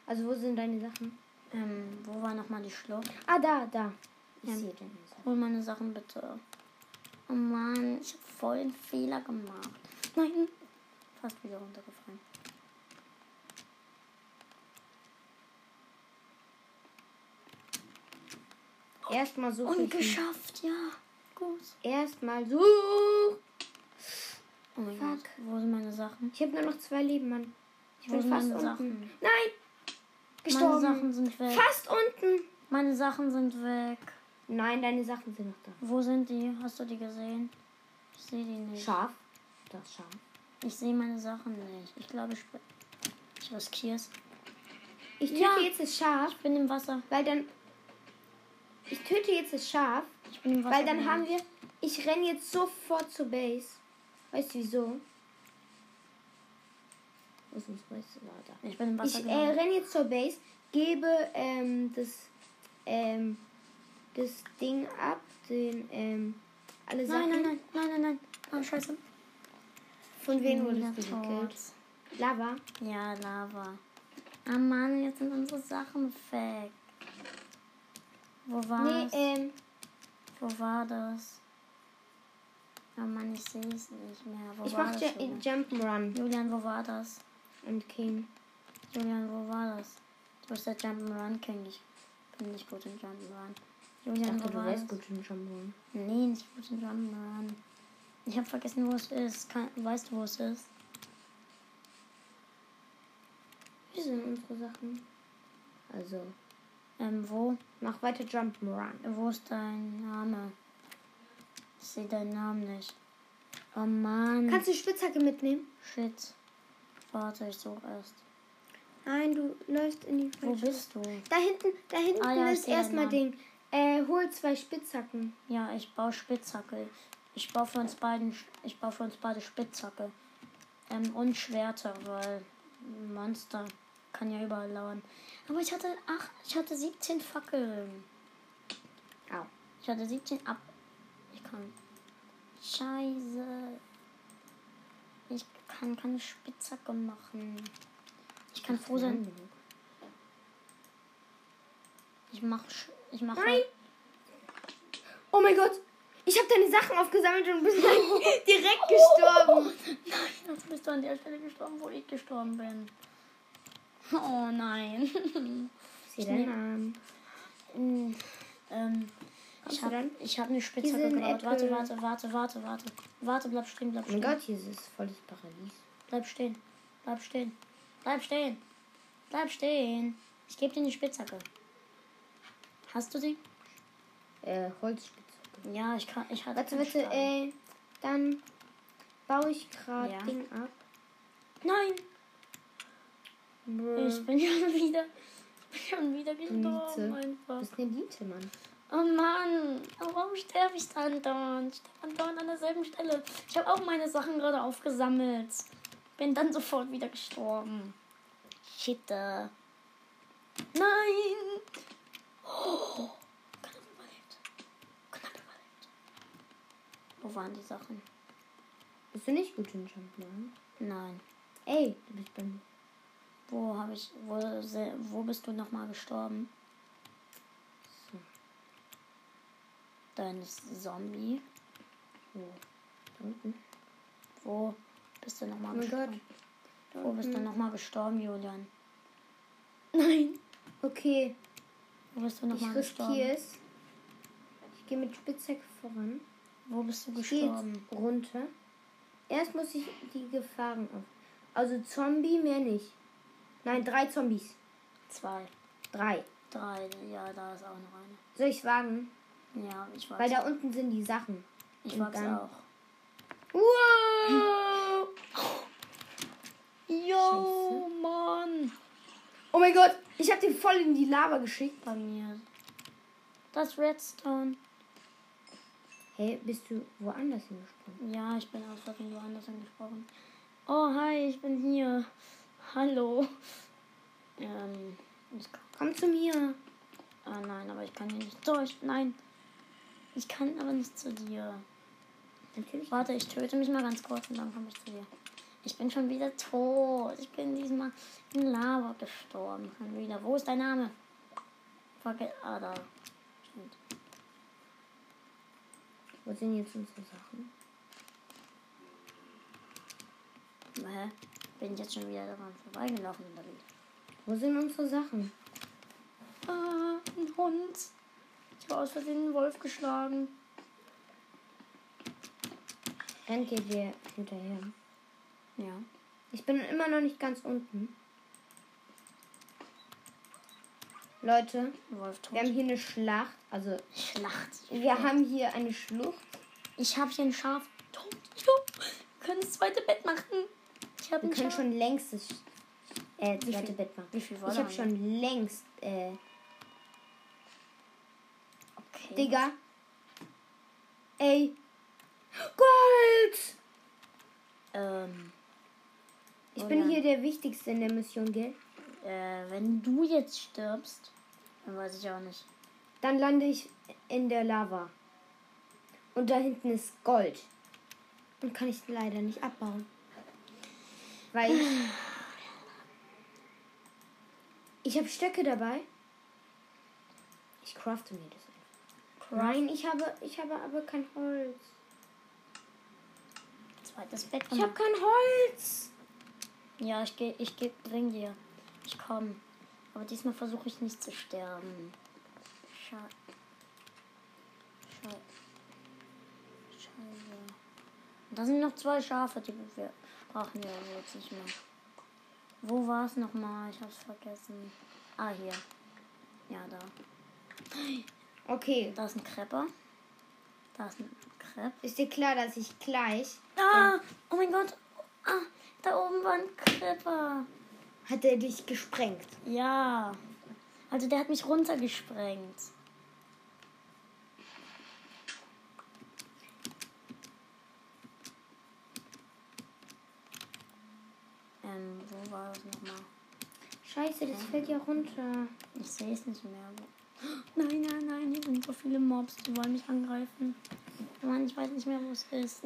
B: Also wo sind deine Sachen?
A: Ähm, wo war nochmal die Schlucht?
B: Ah, da, da. Ich
A: Ja.
B: sehe deine Sachen.
A: Hol meine Sachen bitte. Oh Mann, ich habe voll einen Fehler gemacht. Nein. Fast wieder runtergefallen.
B: Erstmal suche
A: Und
B: ich.
A: geschafft, ja. Gut.
B: Erstmal such.
A: Oh mein
B: Fuck.
A: Gott. Wo sind meine Sachen?
B: Ich habe nur noch zwei Leben, Mann. Ich
A: Wo
B: bin
A: sind
B: fast
A: meine
B: unten.
A: Sachen?
B: Nein!
A: Meine
B: Gestorben.
A: Sachen sind weg.
B: Fast unten.
A: Meine Sachen sind weg.
B: Nein, deine Sachen sind noch da.
A: Wo sind die? Hast du die gesehen? Ich sehe die nicht.
B: Schaf. Das Schaf.
A: Ich sehe meine Sachen nicht. Ich glaube, ich, bin- ich riskiere es.
B: Ich töte
A: Ja.
B: jetzt das Schaf,
A: Ich bin im Wasser.
B: weil dann. Ich töte jetzt das Schaf,
A: Ich bin im Wasser.
B: weil dann haben wir. Ich renne jetzt sofort zur Base. Weißt du wieso? Wo ist unsere Base? War da.
A: Ich bin im Wasser.
B: Ich äh,
A: gelandet.
B: renne jetzt zur Base, gebe ähm, das, ähm, das Ding ab, den, ähm, alle Sachen.
A: nein, nein, nein, nein, nein, nein. Oh, scheiße.
B: Von wem wurdest du
A: Minotaur.
B: gekillt? Lava.
A: Ja, Lava. Ah Mann, jetzt sind unsere Sachen weg. Wo
B: Nee,
A: war's?
B: ähm,
A: Wo war das? Oh Mann, ich sehe es nicht mehr. Wo
B: ich
A: war
B: mach
A: das?
B: Ju
A: Julian?
B: Jump'n'Run
A: Julian, wo war das?
B: und King.
A: Julian, wo war das? Du bist der Jump'n'Run King. Ich bin nicht gut im Jump'n'Run.
B: Ich
A: Julian,
B: dachte,
A: wo war
B: du
A: das?
B: wärst gut in Jump'n'Run.
A: Nee, nicht gut im Jump'n'Run. Ich habe vergessen, wo es ist. Kein, weißt du, wo es ist?
B: Hier sind unsere Sachen. Also,
A: Ähm, wo?
B: Mach weiter Jump Run.
A: Wo ist dein Name? Ich sehe deinen Namen nicht. Oh Mann.
B: Kannst du die Spitzhacke mitnehmen?
A: Shit. Warte, ich suche erst.
B: Nein, du läufst in die
A: Wo
B: falsche.
A: bist du?
B: Da hinten, da hinten
A: Ah, ja, ich
B: ist
A: sehe deinen
B: erstmal
A: Namen.
B: Ding. Äh, hol zwei Spitzhacken.
A: Ja, ich baue Spitzhacke. Ich baue für uns beiden, ich baue für uns beide Spitzhacke. Ähm, und Schwerter, weil Monster kann ja überall lauern. Aber ich hatte, ach, ich hatte 17 Fackeln.
B: Au.
A: Ich hatte 17 ab. Ich kann. Scheiße. Ich kann keine Spitzhacke machen. Ich kann froh sein. Ich mach, Sch- ich mache.
B: Nein. Oh mein Gott. Ich habe deine Sachen aufgesammelt und bist direkt gestorben.
A: Nein, jetzt bist du an der Stelle gestorben, wo ich gestorben bin. Oh nein.
B: Sieh deinen Namen.
A: Mm, ähm, ich
B: du
A: habe
B: dann?
A: ich hab eine
B: Hier
A: Spitzhacke
B: sind
A: gebaut. Warte,
B: Äpfel.
A: warte, warte, warte, warte. Warte, bleib stehen, bleib
B: Oh mein
A: stehen.
B: Gott, hier ist es volles Paradies.
A: Bleib stehen. Bleib stehen. Bleib stehen. Bleib stehen. Ich gebe dir eine Spitzhacke. Hast du sie?
B: Äh, Holzspitzhacke.
A: Ja, ich kann. Ich hatte
B: Warte,
A: keinen
B: warte,
A: Stein.
B: äh, dann baue ich gerade
A: Ja.
B: Ding ab.
A: Nein, ich
B: Ich
A: bin schon wieder. Ich bin schon wieder gestorben.
B: Niete.
A: Einfach.
B: bist eine Diente, Mann.
A: Oh Mann, warum sterbe ich da andauernd? Ich sterbe andauernd an derselben Stelle. Ich habe auch meine Sachen gerade aufgesammelt. Bin dann sofort wieder gestorben. Shit. äh. Nein! Oh, knapp überlebt. Knapp überlebt. Wo waren die Sachen?
B: Bist du nicht gut in Jumpman?
A: Nein.
B: Ey, du bist bei mir.
A: Wo habe ich. Wo, se- wo bist du nochmal gestorben? Hm.
B: So.
A: Dein Zombie.
B: Wo? Da unten.
A: Wo bist du
B: Oh
A: nochmal
B: mein
A: gestorben?
B: Gott. Hm. Da
A: Wo bist du
B: unten.
A: nochmal gestorben, Julian? Nein.
B: Okay,
A: Wo bist du nochmal
B: ich
A: gestorben?
B: riskiere es. Ich gehe mit Spitzhacke voran.
A: Wo bist du
B: Ich gehe
A: gestorben?
B: jetzt runter. Erst muss ich die Gefahren auf. Also Zombie mehr nicht. Nein, drei Zombies.
A: Zwei,
B: Drei.
A: drei. Ja, da ist auch noch eine.
B: Soll ich wagen?
A: Ja, ich wag's.
B: Weil da unten sind die Sachen.
A: Ich
B: und
A: wag's
B: dann-
A: auch.
B: Wow!
A: Yo, Mann.
B: Oh mein Gott, ich habe den voll in die Lava geschickt.
A: Bei mir. Das Redstone.
B: Hey, bist du woanders hingesprungen?
A: Ja, ich bin aus Versehen woanders angesprochen. Oh, hi, ich bin hier. Hallo. Ähm, ich kann
B: Komm zu mir.
A: Ah nein, aber ich kann hier nicht durch. Nein. Ich kann aber nicht zu dir.
B: Natürlich.
A: Warte, ich töte mich mal ganz kurz und dann komme ich zu dir. Ich bin schon wieder tot. Ich bin diesmal in Lava gestorben. Schon wieder. Wo ist dein Name? Verge ah, da. Stimmt.
B: Wo sind jetzt unsere Sachen?
A: Hä? Bin ich jetzt schon wieder daran vorbeigelaufen oder wie?
B: Wo sind unsere Sachen?
A: Ah, ein Hund. Ich habe aus Versehen einen Wolf geschlagen.
B: Rennt ihr dir hinterher?
A: Ja.
B: Ich bin immer noch nicht ganz unten. Leute,
A: Ein Wolf tot.
B: wir haben hier eine Schlacht. Also,
A: Schlacht.
B: wir haben hier eine Schlucht.
A: Ich habe hier ein Schaf. Tom, Tom, wir können das zweite Bett machen. Ich habe
B: Wir
A: ein
B: können
A: Schaf.
B: schon längst das äh,
A: Wie
B: zweite
A: viel-
B: Bett machen.
A: wie viel war
B: ich
A: da
B: habe schon längst. Äh,
A: okay.
B: Digga. Ey. Gold!
A: Ähm,
B: Ich
A: Oh
B: bin
A: ja.
B: hier der Wichtigste in der Mission, gell?
A: äh, wenn du jetzt stirbst, dann weiß ich auch nicht.
B: Dann lande ich in der Lava. Und da hinten ist Gold. Und kann ich leider nicht abbauen. Weil ich. Ich habe Stöcke dabei. Ich crafte mir das einfach. Nein, ich habe, ich habe aber kein Holz.
A: Zweites Bett.
B: Ich habe kein Holz.
A: ja, ich gehe, ich geh, bring dir. Ich komme. Aber diesmal versuche ich nicht zu sterben. Schade. Scheiße. Scheiße. Da sind noch zwei Schafe, die wir brauchen wir aber jetzt nicht mehr. Wo war es nochmal? Ich hab's vergessen. Ah, hier. Ja, da.
B: Okay.
A: Da ist ein Krepper. Da ist ein Krepp.
B: Ist dir klar, dass ich gleich.
A: Ah! Oh mein Gott! Ah, da oben war ein Krepper.
B: Hat er dich gesprengt?
A: Ja. Also der hat mich runtergesprengt. Ähm, wo war das nochmal?
B: Scheiße, das fällt ja runter.
A: Ich sehe es nicht mehr. Nein, nein, nein, hier sind so viele Mobs, die wollen mich angreifen. Mann, ich weiß nicht mehr, wo es ist.
B: Scheiße.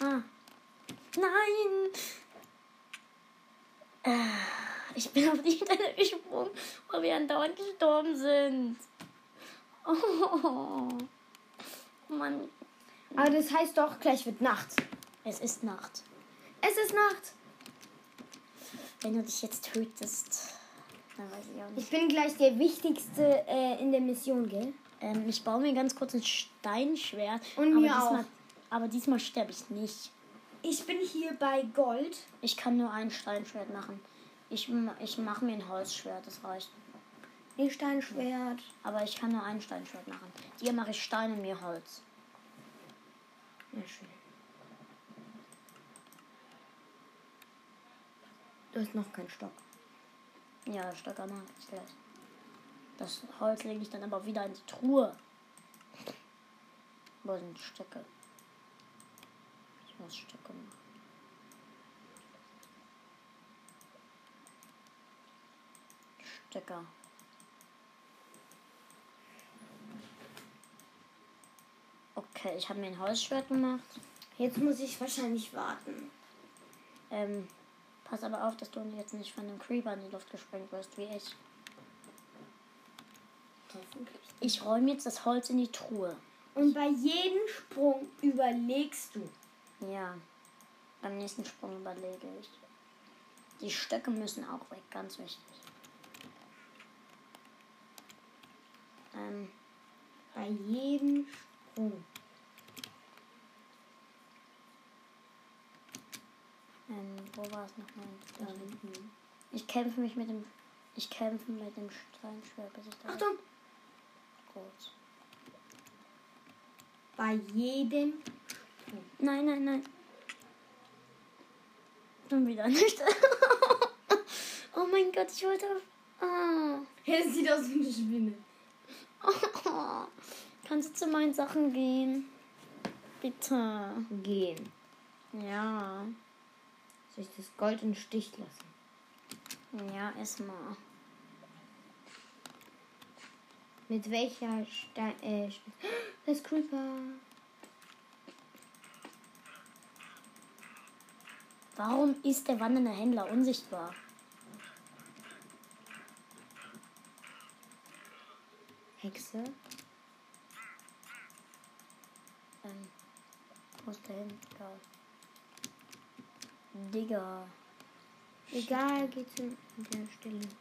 A: Ah. Nein! Ah, Ich bin auf die Stelle gesprungen, wo wir andauernd gestorben sind. Oh. Mann,
B: Aber das heißt doch, gleich wird Nacht.
A: es ist Nacht.
B: Es ist Nacht.
A: Wenn du dich jetzt tötest, dann weiß ich auch nicht.
B: Ich bin gleich der Wichtigste äh, in der Mission, gell?
A: Ähm, ich baue mir ganz kurz ein Steinschwert.
B: Und
A: aber
B: mir
A: diesmal,
B: auch.
A: Aber diesmal sterbe ich nicht.
B: Ich bin hier bei Gold.
A: Ich kann nur ein Steinschwert machen. Ich, ma- ich mache mir ein Holzschwert, das reicht.
B: Nee, Steinschwert.
A: Aber ich kann nur ein Steinschwert machen. Dir mache ich Stein und mir Holz.
B: Na schön. Du hast noch keinen Stock.
A: Ja, Stöcker mag ich gleich. Das Holz lege ich dann aber wieder in die Truhe. Wo sind Stöcke? Ich muss Stöcke machen. Stöcker. Okay, ich habe mir ein Holzschwert gemacht.
B: Jetzt muss ich wahrscheinlich warten.
A: Ähm, pass aber auf, dass du jetzt nicht von einem Creeper in die Luft gesprengt wirst, wie ich. Ich räume jetzt das Holz in die Truhe.
B: Und bei jedem Sprung überlegst du.
A: Ja. Beim nächsten Sprung überlege ich. Die Stöcke müssen auch weg, ganz wichtig. Ähm,
B: Bei jedem Sprung.
A: ähm, wo war es nochmal?
B: Da hinten.
A: Ähm, Ich kämpfe mich mit dem. Ich kämpfe mit dem Steinschwert, bis ich da.
B: Achtung!
A: Gut.
B: Bei jedem.
A: Nein, nein, nein. Schon wieder nicht. oh mein Gott, ich wollte auf. Ah.
B: Es sieht aus wie eine Spinne.
A: Ah. Kannst du zu meinen Sachen gehen? Bitte.
B: Gehen.
A: Ja.
B: Soll ich das Gold in den Stich lassen?
A: Ja, ess mal.
B: Mit welcher Stein. Äh, Sp- das Creeper.
A: Warum ist der wandernde Händler unsichtbar?
B: Hexe.
A: Ähm, wo ist der Händler? Digga.
B: Egal, geht zu der Stelle. Ich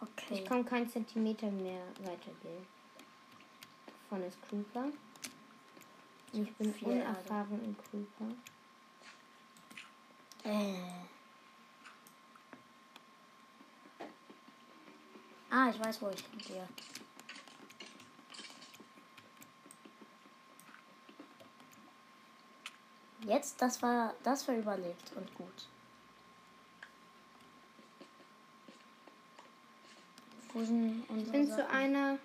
A: Okay.
B: komme keinen Zentimeter mehr weiter, gell? Vorne ist Creeper. Ich bin
A: Viel Erde.
B: unerfahren im Creeper.
A: Äh. Ah, ich weiß, wo ich hingehe. Jetzt, das war, das war überlebt und gut. Wo sind
B: Ich
A: unsere
B: bin zu
A: Sachen?
B: einer.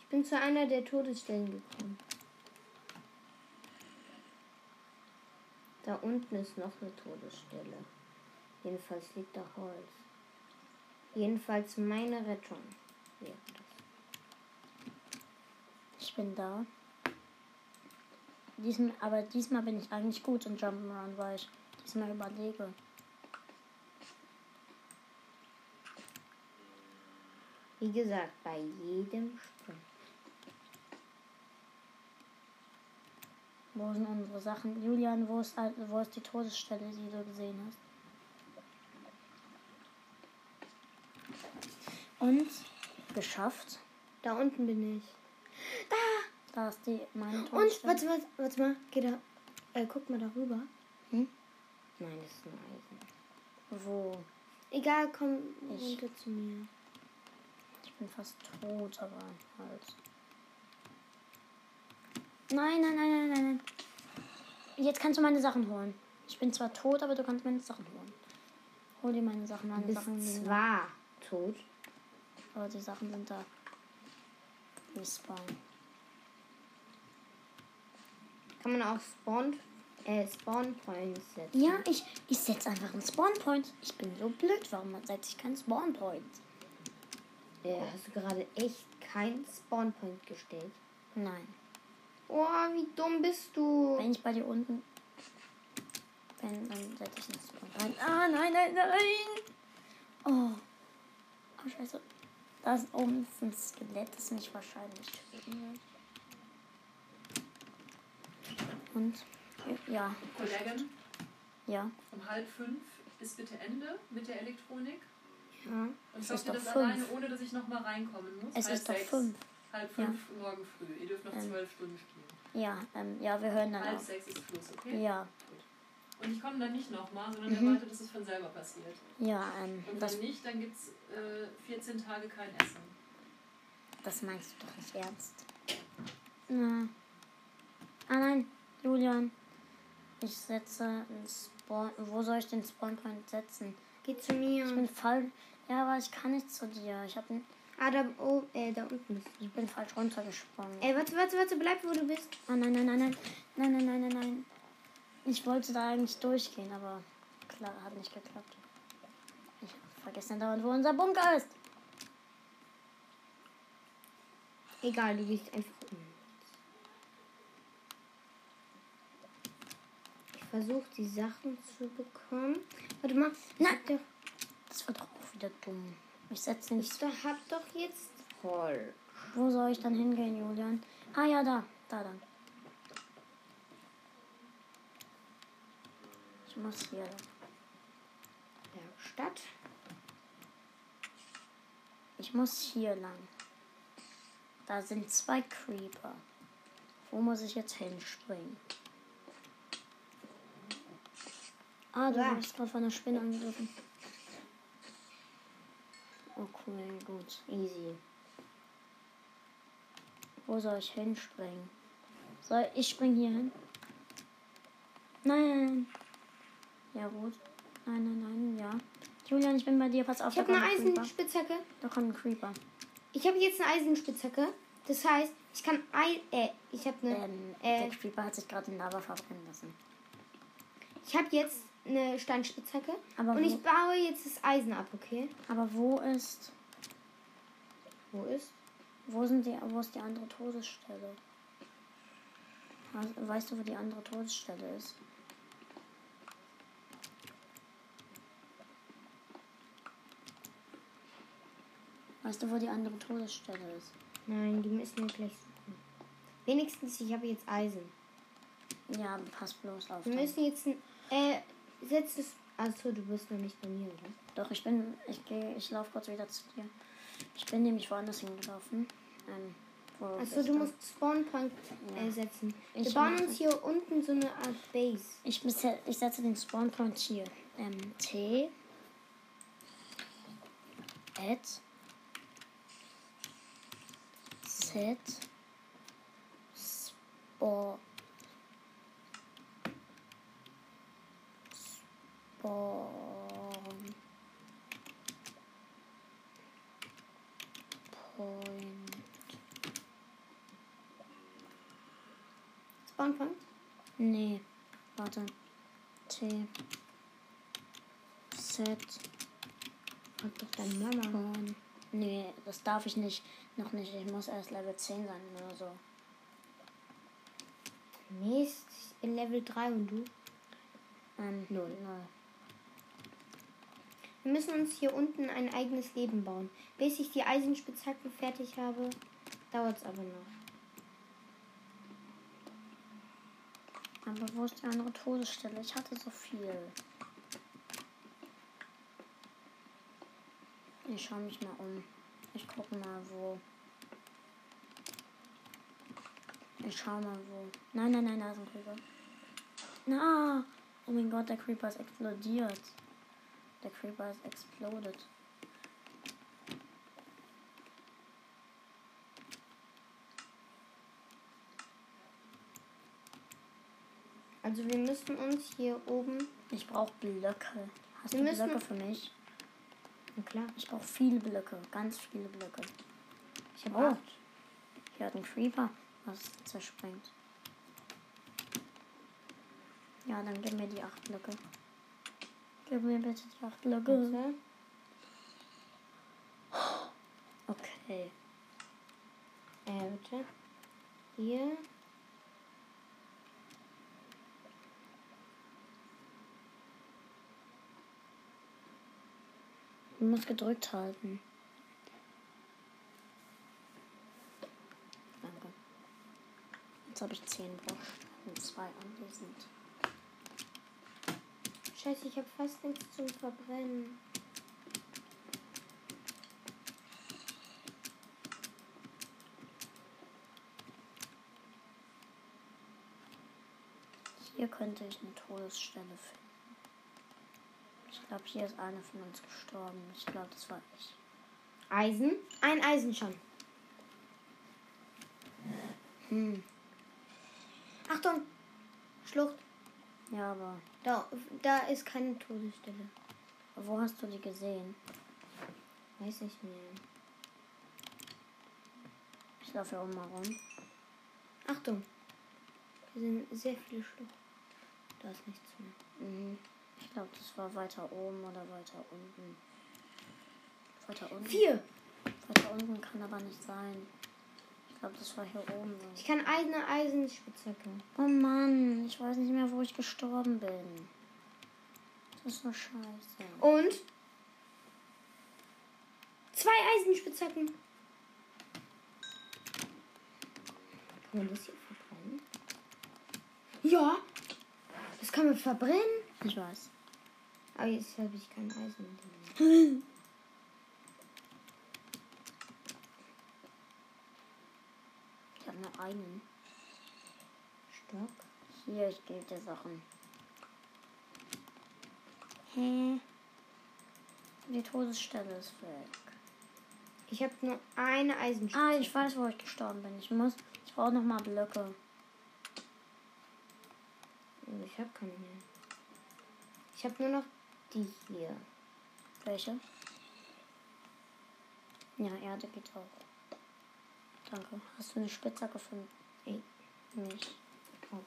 B: Ich bin zu einer der Todesstellen gekommen. Da unten ist noch eine Todesstelle. Jedenfalls liegt da Holz. Jedenfalls meine Rettung. wäre das.
A: Ich bin da. Diesmal, aber diesmal bin ich eigentlich gut im Jump'n'Run, weil ich diesmal überlege.
B: Wie gesagt, bei jedem Sprung.
A: Wo sind unsere Sachen? Julian, wo ist, al- wo ist die Todesstelle, die du gesehen hast? Und geschafft.
B: Da unten bin ich.
A: Da ist die meine
B: Und,
A: Todesstelle.
B: warte, warte, warte mal, geh da. Äh, guck mal darüber.
A: Hm?
B: Nein, das ist ein Eisen.
A: Wo?
B: Egal, komm
A: Ich-
B: runter zu mir.
A: Ich bin fast tot, aber halt. Nein, nein, nein, nein, nein, nein. Jetzt kannst du meine Sachen holen. Ich bin zwar tot, aber du kannst meine Sachen holen. Hol dir meine Sachen,
B: Du
A: meine
B: bist
A: Sachen liegen da.
B: zwar tot.
A: Aber die Sachen sind da. Wir spawnen.
B: Kann man auch Spawn, äh, Spawn Points setzen.
A: Ja, ich, ich setze einfach einen Spawnpoint. Ich bin so blöd. Warum setze ich keinen Spawnpoint?
B: Äh, hast du gerade echt keinen Spawn Point gestellt?
A: Nein.
B: Oh, wie dumm bist du.
A: Wenn ich bei dir unten bin, dann setze ich einen Spawnpoint rein. Ah, nein, nein, nein! Oh. Oh, scheiße. Da ist oben ist ein Skelett, das mich wahrscheinlich töten wird. Und? Ja,
C: Kollegen,
A: ja.
C: um halb fünf ist bitte Ende mit der Elektronik.
B: Ja.
C: Und
A: Es
C: schafft
A: ist
C: ihr
A: doch
C: das
A: fünf.
C: alleine, ohne dass ich nochmal reinkommen muss?
A: Es
C: halb
A: ist doch
C: sechs,
A: fünf.
C: Halb fünf morgen früh. Ihr dürft noch
A: Ähm.
C: zwölf Stunden spielen.
A: Ja, ähm, ja, wir hören dann
C: Halb
A: auf.
C: sechs ist Schluss, okay?
A: Ja,
C: Und ich komme dann nicht nochmal, sondern
A: Mhm.
C: erwarte, dass es von selber passiert.
A: ja, ähm,
C: Und
A: das,
C: wenn nicht, dann gibt es äh, 14 Tage kein Essen.
A: das meinst du doch nicht ernst. Na. Ah nein, Julian. Ich setze einen Spawn. Wo soll ich den Spawnpoint setzen?
B: Geh zu mir.
A: Ich bin falsch. Ja, aber ich kann nicht zu dir. Ich hab, ich
B: Ah, da, oh, äh, da unten bist du.
A: bin falsch runtergesprungen.
B: Ey, warte, warte, warte, bleib wo du bist.
A: Ah, nein, nein, nein, nein. Nein, nein, nein, nein, nein. Ich wollte da eigentlich durchgehen, aber klar, hat nicht geklappt. Ich hab vergessen dauernd, wo unser Bunker ist.
B: Egal, du gehst einfach um. Ich versuche die Sachen zu bekommen. Warte mal.
A: Nein.
B: Ich hab doch,
A: Das wird doch auch wieder dumm. Ich setze den
B: ich doch, hab doch jetzt. Toll.
A: Wo soll ich dann hingehen, Julian? Ah ja, da. Da dann. Ich muss hier.
B: Bergstadt.
A: Ich muss hier lang. Da sind zwei Creeper. Wo muss ich jetzt hinspringen? Ah, du
B: Ja.
A: wurdest gerade von der Spinne angegriffen. Oh cool, gut.
B: Easy.
A: Wo soll ich hinspringen? Soll ich spring hier hin? Nein. Ja gut. Nein, nein, nein, ja. Julian, ich bin bei dir. Pass auf,
B: Ich habe
A: da
B: eine
A: kommt ein Creeper.
B: Eisenspitzhacke.
A: Da kommt ein Creeper.
B: Ich habe jetzt eine Eisenspitzhacke. Das heißt, ich kann Ei. Äh, ich habe eine.
A: Ähm,
B: Äh.
A: der Creeper hat sich gerade in Lava verbrennen lassen.
B: Ich habe jetzt eine Steinspitzhacke.
A: Aber
B: und
A: wo-
B: ich baue jetzt das Eisen ab, okay?
A: Aber wo ist.
B: Wo ist?
A: Wo sind die. Wo ist die andere Todesstelle? Hast- Weißt du, wo die andere Todesstelle ist? Weißt du, wo die andere Todesstelle ist?
B: Nein, die müssen wir gleich suchen. Wenigstens, ich habe jetzt Eisen.
A: Ja, pass bloß auf.
B: Wir
A: dann.
B: müssen jetzt ein. Äh, setz es. Achso, du bist noch nicht bei mir, oder?
A: Doch, ich bin. Ich gehe. Ich laufe kurz wieder zu dir. Ich bin nämlich woanders hingelaufen. Ähm, wo
B: Achso,
A: bist
B: du musst Spawnpunkt
A: Ja.
B: äh, setzen. Wir
A: Ich
B: bauen
A: mach-
B: uns hier unten so eine Art Base.
A: Ich, bese- ich setze den Spawnpoint hier. Ähm, T. Add. Set. Spawn. Spawn. Point.
B: Spawnpunkt?
A: Nee, warte. T. Set.
B: Frag doch deine Mama.
A: Porn. Nee, das darf ich nicht. Noch nicht. Ich muss erst Level 10 sein oder so.
B: Mist, ich bin Level 3 und du?
A: Ähm,
B: Null.
A: null.
B: Wir müssen uns hier unten ein eigenes Leben bauen. Bis ich die Eisenspitzhacken fertig habe, dauert es aber noch.
A: Aber wo ist die andere Todesstelle? Ich hatte so viel. Ich schaue mich mal um. Ich gucke mal, wo. Ich schaue mal, wo. Nein, nein, nein, da ist ein Creeper. Na! Oh mein Gott, der Creeper ist explodiert. Der Creeper ist exploded.
B: Also wir müssen uns hier oben.
A: Ich brauche Blöcke. Hast
B: Wir
A: du
B: müssen-
A: Blöcke für mich?
B: Na klar.
A: Ich brauche viele Blöcke. Ganz viele Blöcke.
B: Ich habe
A: Oh.
B: auch.
A: Hier hat ein Creeper was zersprengt. Ja, dann gib mir die acht Blöcke. Gib mir bitte die acht Blöcke.
B: Warte.
A: Okay.
B: Äh, bitte. Hier.
A: Du musst gedrückt halten.
B: Danke.
A: Jetzt habe ich zehn Bruchstellen. Zwei anwesend.
B: Scheiße, ich habe fast nichts zum Verbrennen.
A: Hier könnte ich eine Todesstelle finden. Ich glaube, hier ist einer von uns gestorben. Ich glaube, das war ich.
B: Eisen? Ein Eisen schon.
A: Hm.
B: Achtung! Schlucht.
A: Ja, aber
B: Da, da ist keine Todesstelle.
A: wo hast du die gesehen?
B: Weiß nicht mehr.
A: Ich laufe hier oben mal rum.
B: Achtung! Hier sind sehr viele Schluchten. Da ist nichts mehr.
A: Mhm. Ich glaube, das war weiter oben oder weiter unten. Weiter unten.
B: Vier!
A: Weiter unten kann aber nicht sein. Ich glaube, das war hier oben.
B: Ich kann eine Eisenspitzhacke.
A: Oh Mann, ich weiß nicht mehr, wo ich gestorben bin. Das ist nur scheiße.
B: Und zwei Eisenspitzhacken. Kann man das hier verbrennen? Ja, das kann man verbrennen.
A: Ich weiß.
B: Aber jetzt habe ich kein Eisen mehr.
A: Ich habe nur einen.
B: Stock.
A: Hier, ich gebe dir Sachen. Hä? Die Todesstelle ist weg.
B: Ich habe nur eine Eisenspitzhacke.
A: Ah, ich weiß, wo ich gestorben bin. Ich muss. Ich brauche nochmal Blöcke.
B: Also Ich habe keine mehr. Ich habe nur noch die hier.
A: Welche? Ja, Erde geht auch. Danke. Hast du eine Spitzhacke gefunden?
B: Ey,
A: Nicht.
B: oh.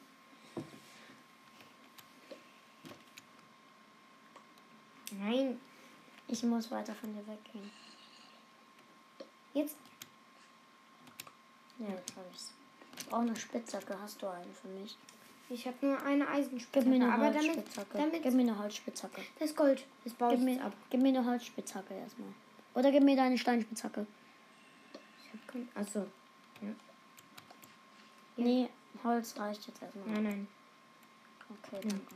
B: Nein,
A: Ich muss weiter von dir weggehen.
B: jetzt
A: Ja, jetzt habe ich's. Ich brauche eine Spitzhacke. Hast du eine für mich?
B: Ich habe nur eine
A: Gib mir
B: Eisenspitzhacke,
A: eine
B: aber damit,
A: Holzspitzhacke.
B: damit
A: Gib mir eine Holzspitzhacke.
B: das Gold, das baue
A: Gib
B: ich
A: mir,
B: jetzt ab.
A: gib mir eine Holzspitzhacke erstmal. Oder gib mir deine Steinspitzhacke.
B: Ich hab kein, achso, Ja.
A: Nee, Holz reicht jetzt erstmal.
B: nein, nein.
A: Okay,
B: Ja.
A: danke.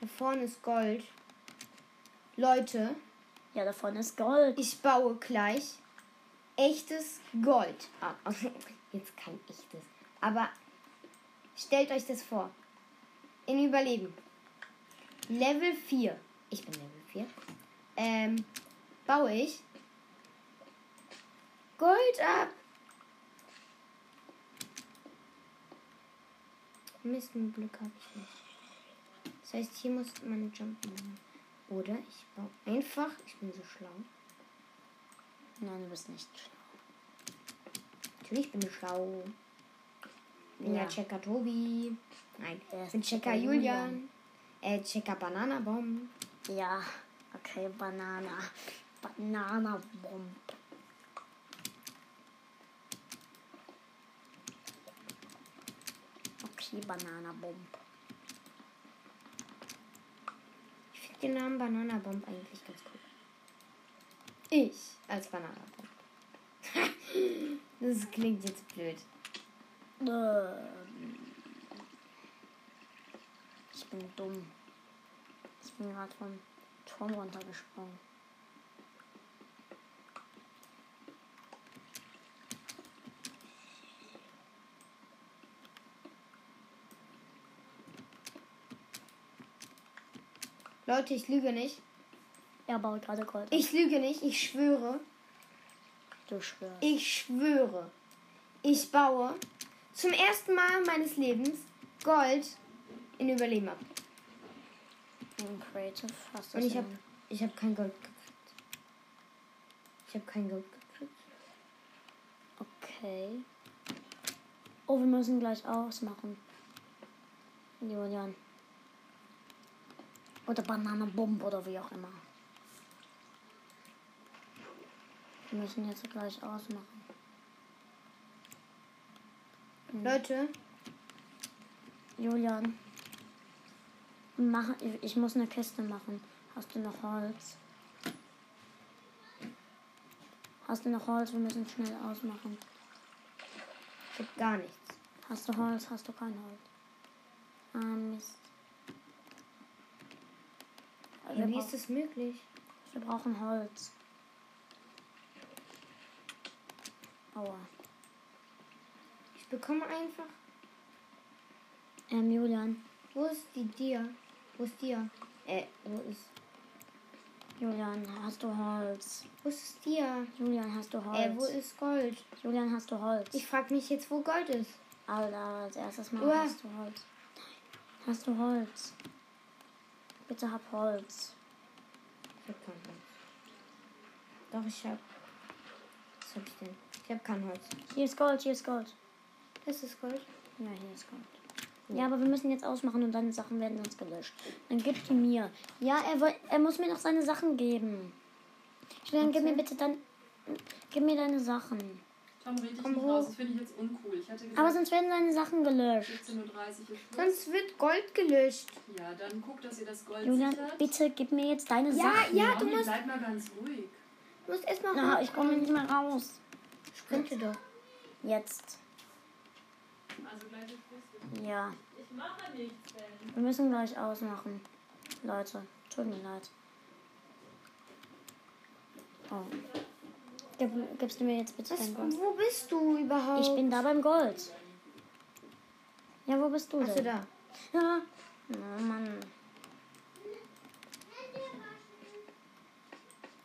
B: Da vorne ist Gold. Leute,
A: Ja, davon ist Gold.
B: ich baue gleich echtes Gold ab. Jetzt kein echtes. Aber stellt euch das vor. In Überleben. Level 4. Ich bin Level 4. Ähm, baue ich Gold ab. Mist, ein Glück habe ich nicht. Das heißt, hier muss man jumpen. Oder ich baue einfach, ich bin so schlau.
A: Nein, du bist nicht schlau.
B: Natürlich bin ich schlau. Bin ja,
A: Ja.
B: Checker Tobi. Nein,
A: Er ist
B: bin Checker
A: Checker
B: Julian. Äh, Checker Bananabomb.
A: Ja, okay, Banana. Bananabomb. Okay, Bananabomb.
B: Ich finde den Namen Bananabomb eigentlich ganz cool. Ich als Bananabomb. das klingt jetzt blöd.
A: Ähm, ich bin dumm. Ich bin gerade vom Turm runtergesprungen.
B: Leute, ich lüge nicht.
A: Er baut gerade Gold.
B: Ich lüge nicht, ich schwöre.
A: du schwörst.
B: Ich schwöre. Ich baue zum ersten Mal meines Lebens Gold in Überleben ab.
A: In Creative hast du
B: Und
A: es
B: ich habe
A: in-
B: ich hab kein Gold gekriegt. Ich habe kein Gold gekriegt.
A: Okay. Oh, wir müssen gleich ausmachen. Julian. Oder Bananenbomb oder wie auch immer. Wir müssen jetzt gleich ausmachen.
B: Leute,
A: Julian. Mach, ich- ich muss eine Kiste machen. Hast du noch Holz? Hast du noch Holz? Wir müssen schnell ausmachen.
B: ich habe gar nichts.
A: Hast du Holz? Hast du kein Holz? Ah, Mist.
B: Ja,
A: wir,
B: wie
A: brauch,
B: ist das möglich?
A: wir brauchen Holz. Aua.
B: Ich bekomme einfach.
A: Ähm, Julian.
B: Wo ist die Dia? Wo ist Dia? Äh, wo ist.
A: Julian, hast du Holz?
B: Wo ist Dia?
A: Julian, hast du Holz?
B: Äh, wo ist Gold?
A: Julian, hast du Holz?
B: Ich frage mich jetzt, wo Gold ist.
A: Alter, als erstes Mal
B: Uah.
A: hast du Holz. Nein. Hast du Holz? Bitte hab Holz.
B: Ich hab kein Holz. Doch, ich hab. Was hab ich denn? Ich hab kein Holz.
A: Hier ist Gold, hier ist Gold.
B: Das ist Gold.
A: Ja, hier ist Gold. Ja, aber wir müssen jetzt ausmachen und deine Sachen werden sonst gelöscht. Dann gib die mir. Ja, er, woll- er muss mir noch seine Sachen geben. Julian, gib mir bitte dann. Gib mir deine Sachen.
C: Tom, red dich
B: Komm
C: nicht
B: hoch.
C: raus, das finde ich jetzt uncool. Ich hatte
A: Aber
C: gesagt,
A: sonst werden deine Sachen gelöscht.
C: 17.30 Uhr ist Schluss.
B: Sonst wird Gold gelöscht.
C: Ja, dann guck, dass ihr das Gold
A: Julian,
C: sichert.
A: bitte gib mir jetzt deine
B: Ja,
A: Sachen.
B: ja,
C: Tommy,
B: du musst.
C: Bleib mal ganz ruhig.
B: Du musst erstmal.
A: Na, ich komme nicht mehr raus.
B: Sprinte doch.
A: Jetzt.
C: Also gleich ist Schluss.
A: Ja.
C: Ich mache nichts, Ben.
A: Wir müssen gleich ausmachen. Leute, tut mir leid. Oh. Gib, gibst du mir jetzt bitte
B: Was,
A: dein Gold?
B: wo bist du überhaupt?
A: Ich bin da beim Gold. Ja, wo bist du
B: Achso,
A: denn?
B: da.
A: Ja. Oh Mann.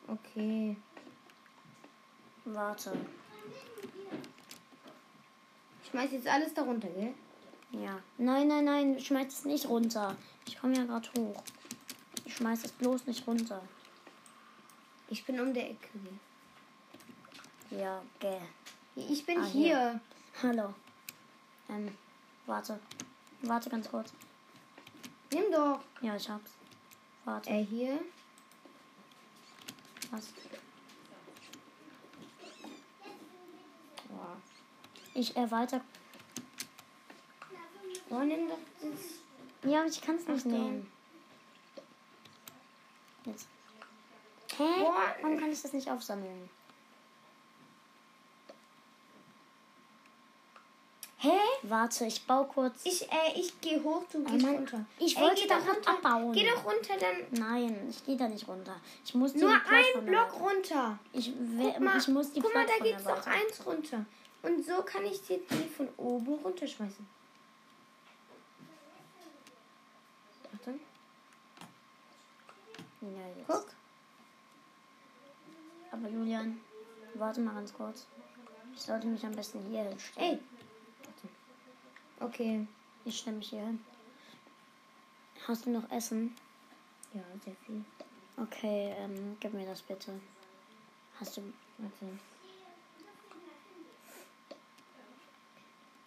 B: Okay.
A: Warte.
B: Ich schmeiß jetzt alles darunter, gell?
A: Ja. Nein, nein, nein. Schmeiß es nicht runter. Ich komme ja gerade hoch. Ich schmeiß es bloß nicht runter.
B: Ich bin um der Ecke. gell?
A: Ja, gell.
B: Ich bin
A: Ah,
B: hier.
A: hier. Hallo. Ähm, warte. Warte ganz kurz.
B: Nimm doch.
A: Ja, ich hab's. Warte.
B: Äh, hier.
A: Was?
B: Boah.
A: Ich äh, erweitere.
B: Boah, Oh, nimm doch das.
A: Ja, aber ich kann es nicht
B: Achtung.
A: nehmen. Jetzt. Hä?
B: Boah.
A: Warum kann ich das nicht aufsammeln?
B: Hä?
A: Warte, ich baue kurz.
B: Ich, äh, ich gehe hoch, du gehst
A: Mann,
B: runter.
A: Ah, ich
B: Ey,
A: wollte
B: geh
A: da
B: doch runter.
A: abbauen.
B: Geh doch runter, dann
A: Nein, ich gehe da nicht runter. Ich muss
B: Nur
A: die Plattform
B: ein Block
A: erweitern.
B: runter.
A: Ich,
B: Guck
A: we-
B: mal,
A: ich muss die
B: guck mal da
A: Plattform
B: geht's doch
A: erweitern.
B: eins runter. Und so kann ich dir die von oben runterschmeißen. Achtung,
A: Ja, jetzt.
B: guck.
A: Aber Julian, warte mal ganz kurz. Ich sollte mich am besten hier hinstellen.
B: Ey. Okay.
A: Ich stelle mich hier hin. Hast du noch Essen?
B: Ja, sehr viel.
A: Okay, ähm, gib mir das bitte. Hast du.
B: Warte.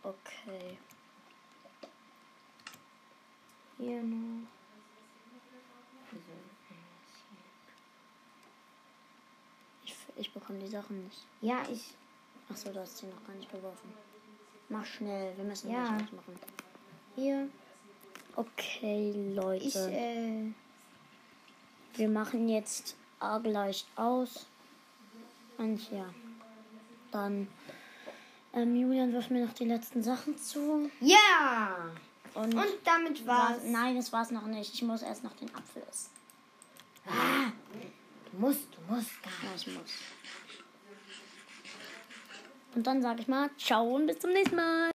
A: Okay.
B: Hier noch. Also,
A: Ich, ich bekomme die Sachen nicht.
B: Ja, ich.
A: Achso, du hast sie noch gar nicht geworfen. Mach schnell, wir müssen
B: Ja.
A: ja. gleich machen.
B: Hier.
A: Okay, Leute.
B: Ich, äh.
A: wir machen jetzt A gleich aus. Und ja. Dann. Ähm, Julian wirft mir noch die letzten Sachen zu.
B: Ja!
A: Und.
B: Und damit
A: war,
B: war's.
A: nein, das war's noch nicht. Ich muss erst noch den Apfel essen.
B: Du musst, du musst gar
A: Ja, ich muss. Und dann sage ich mal, ciao und bis zum nächsten Mal.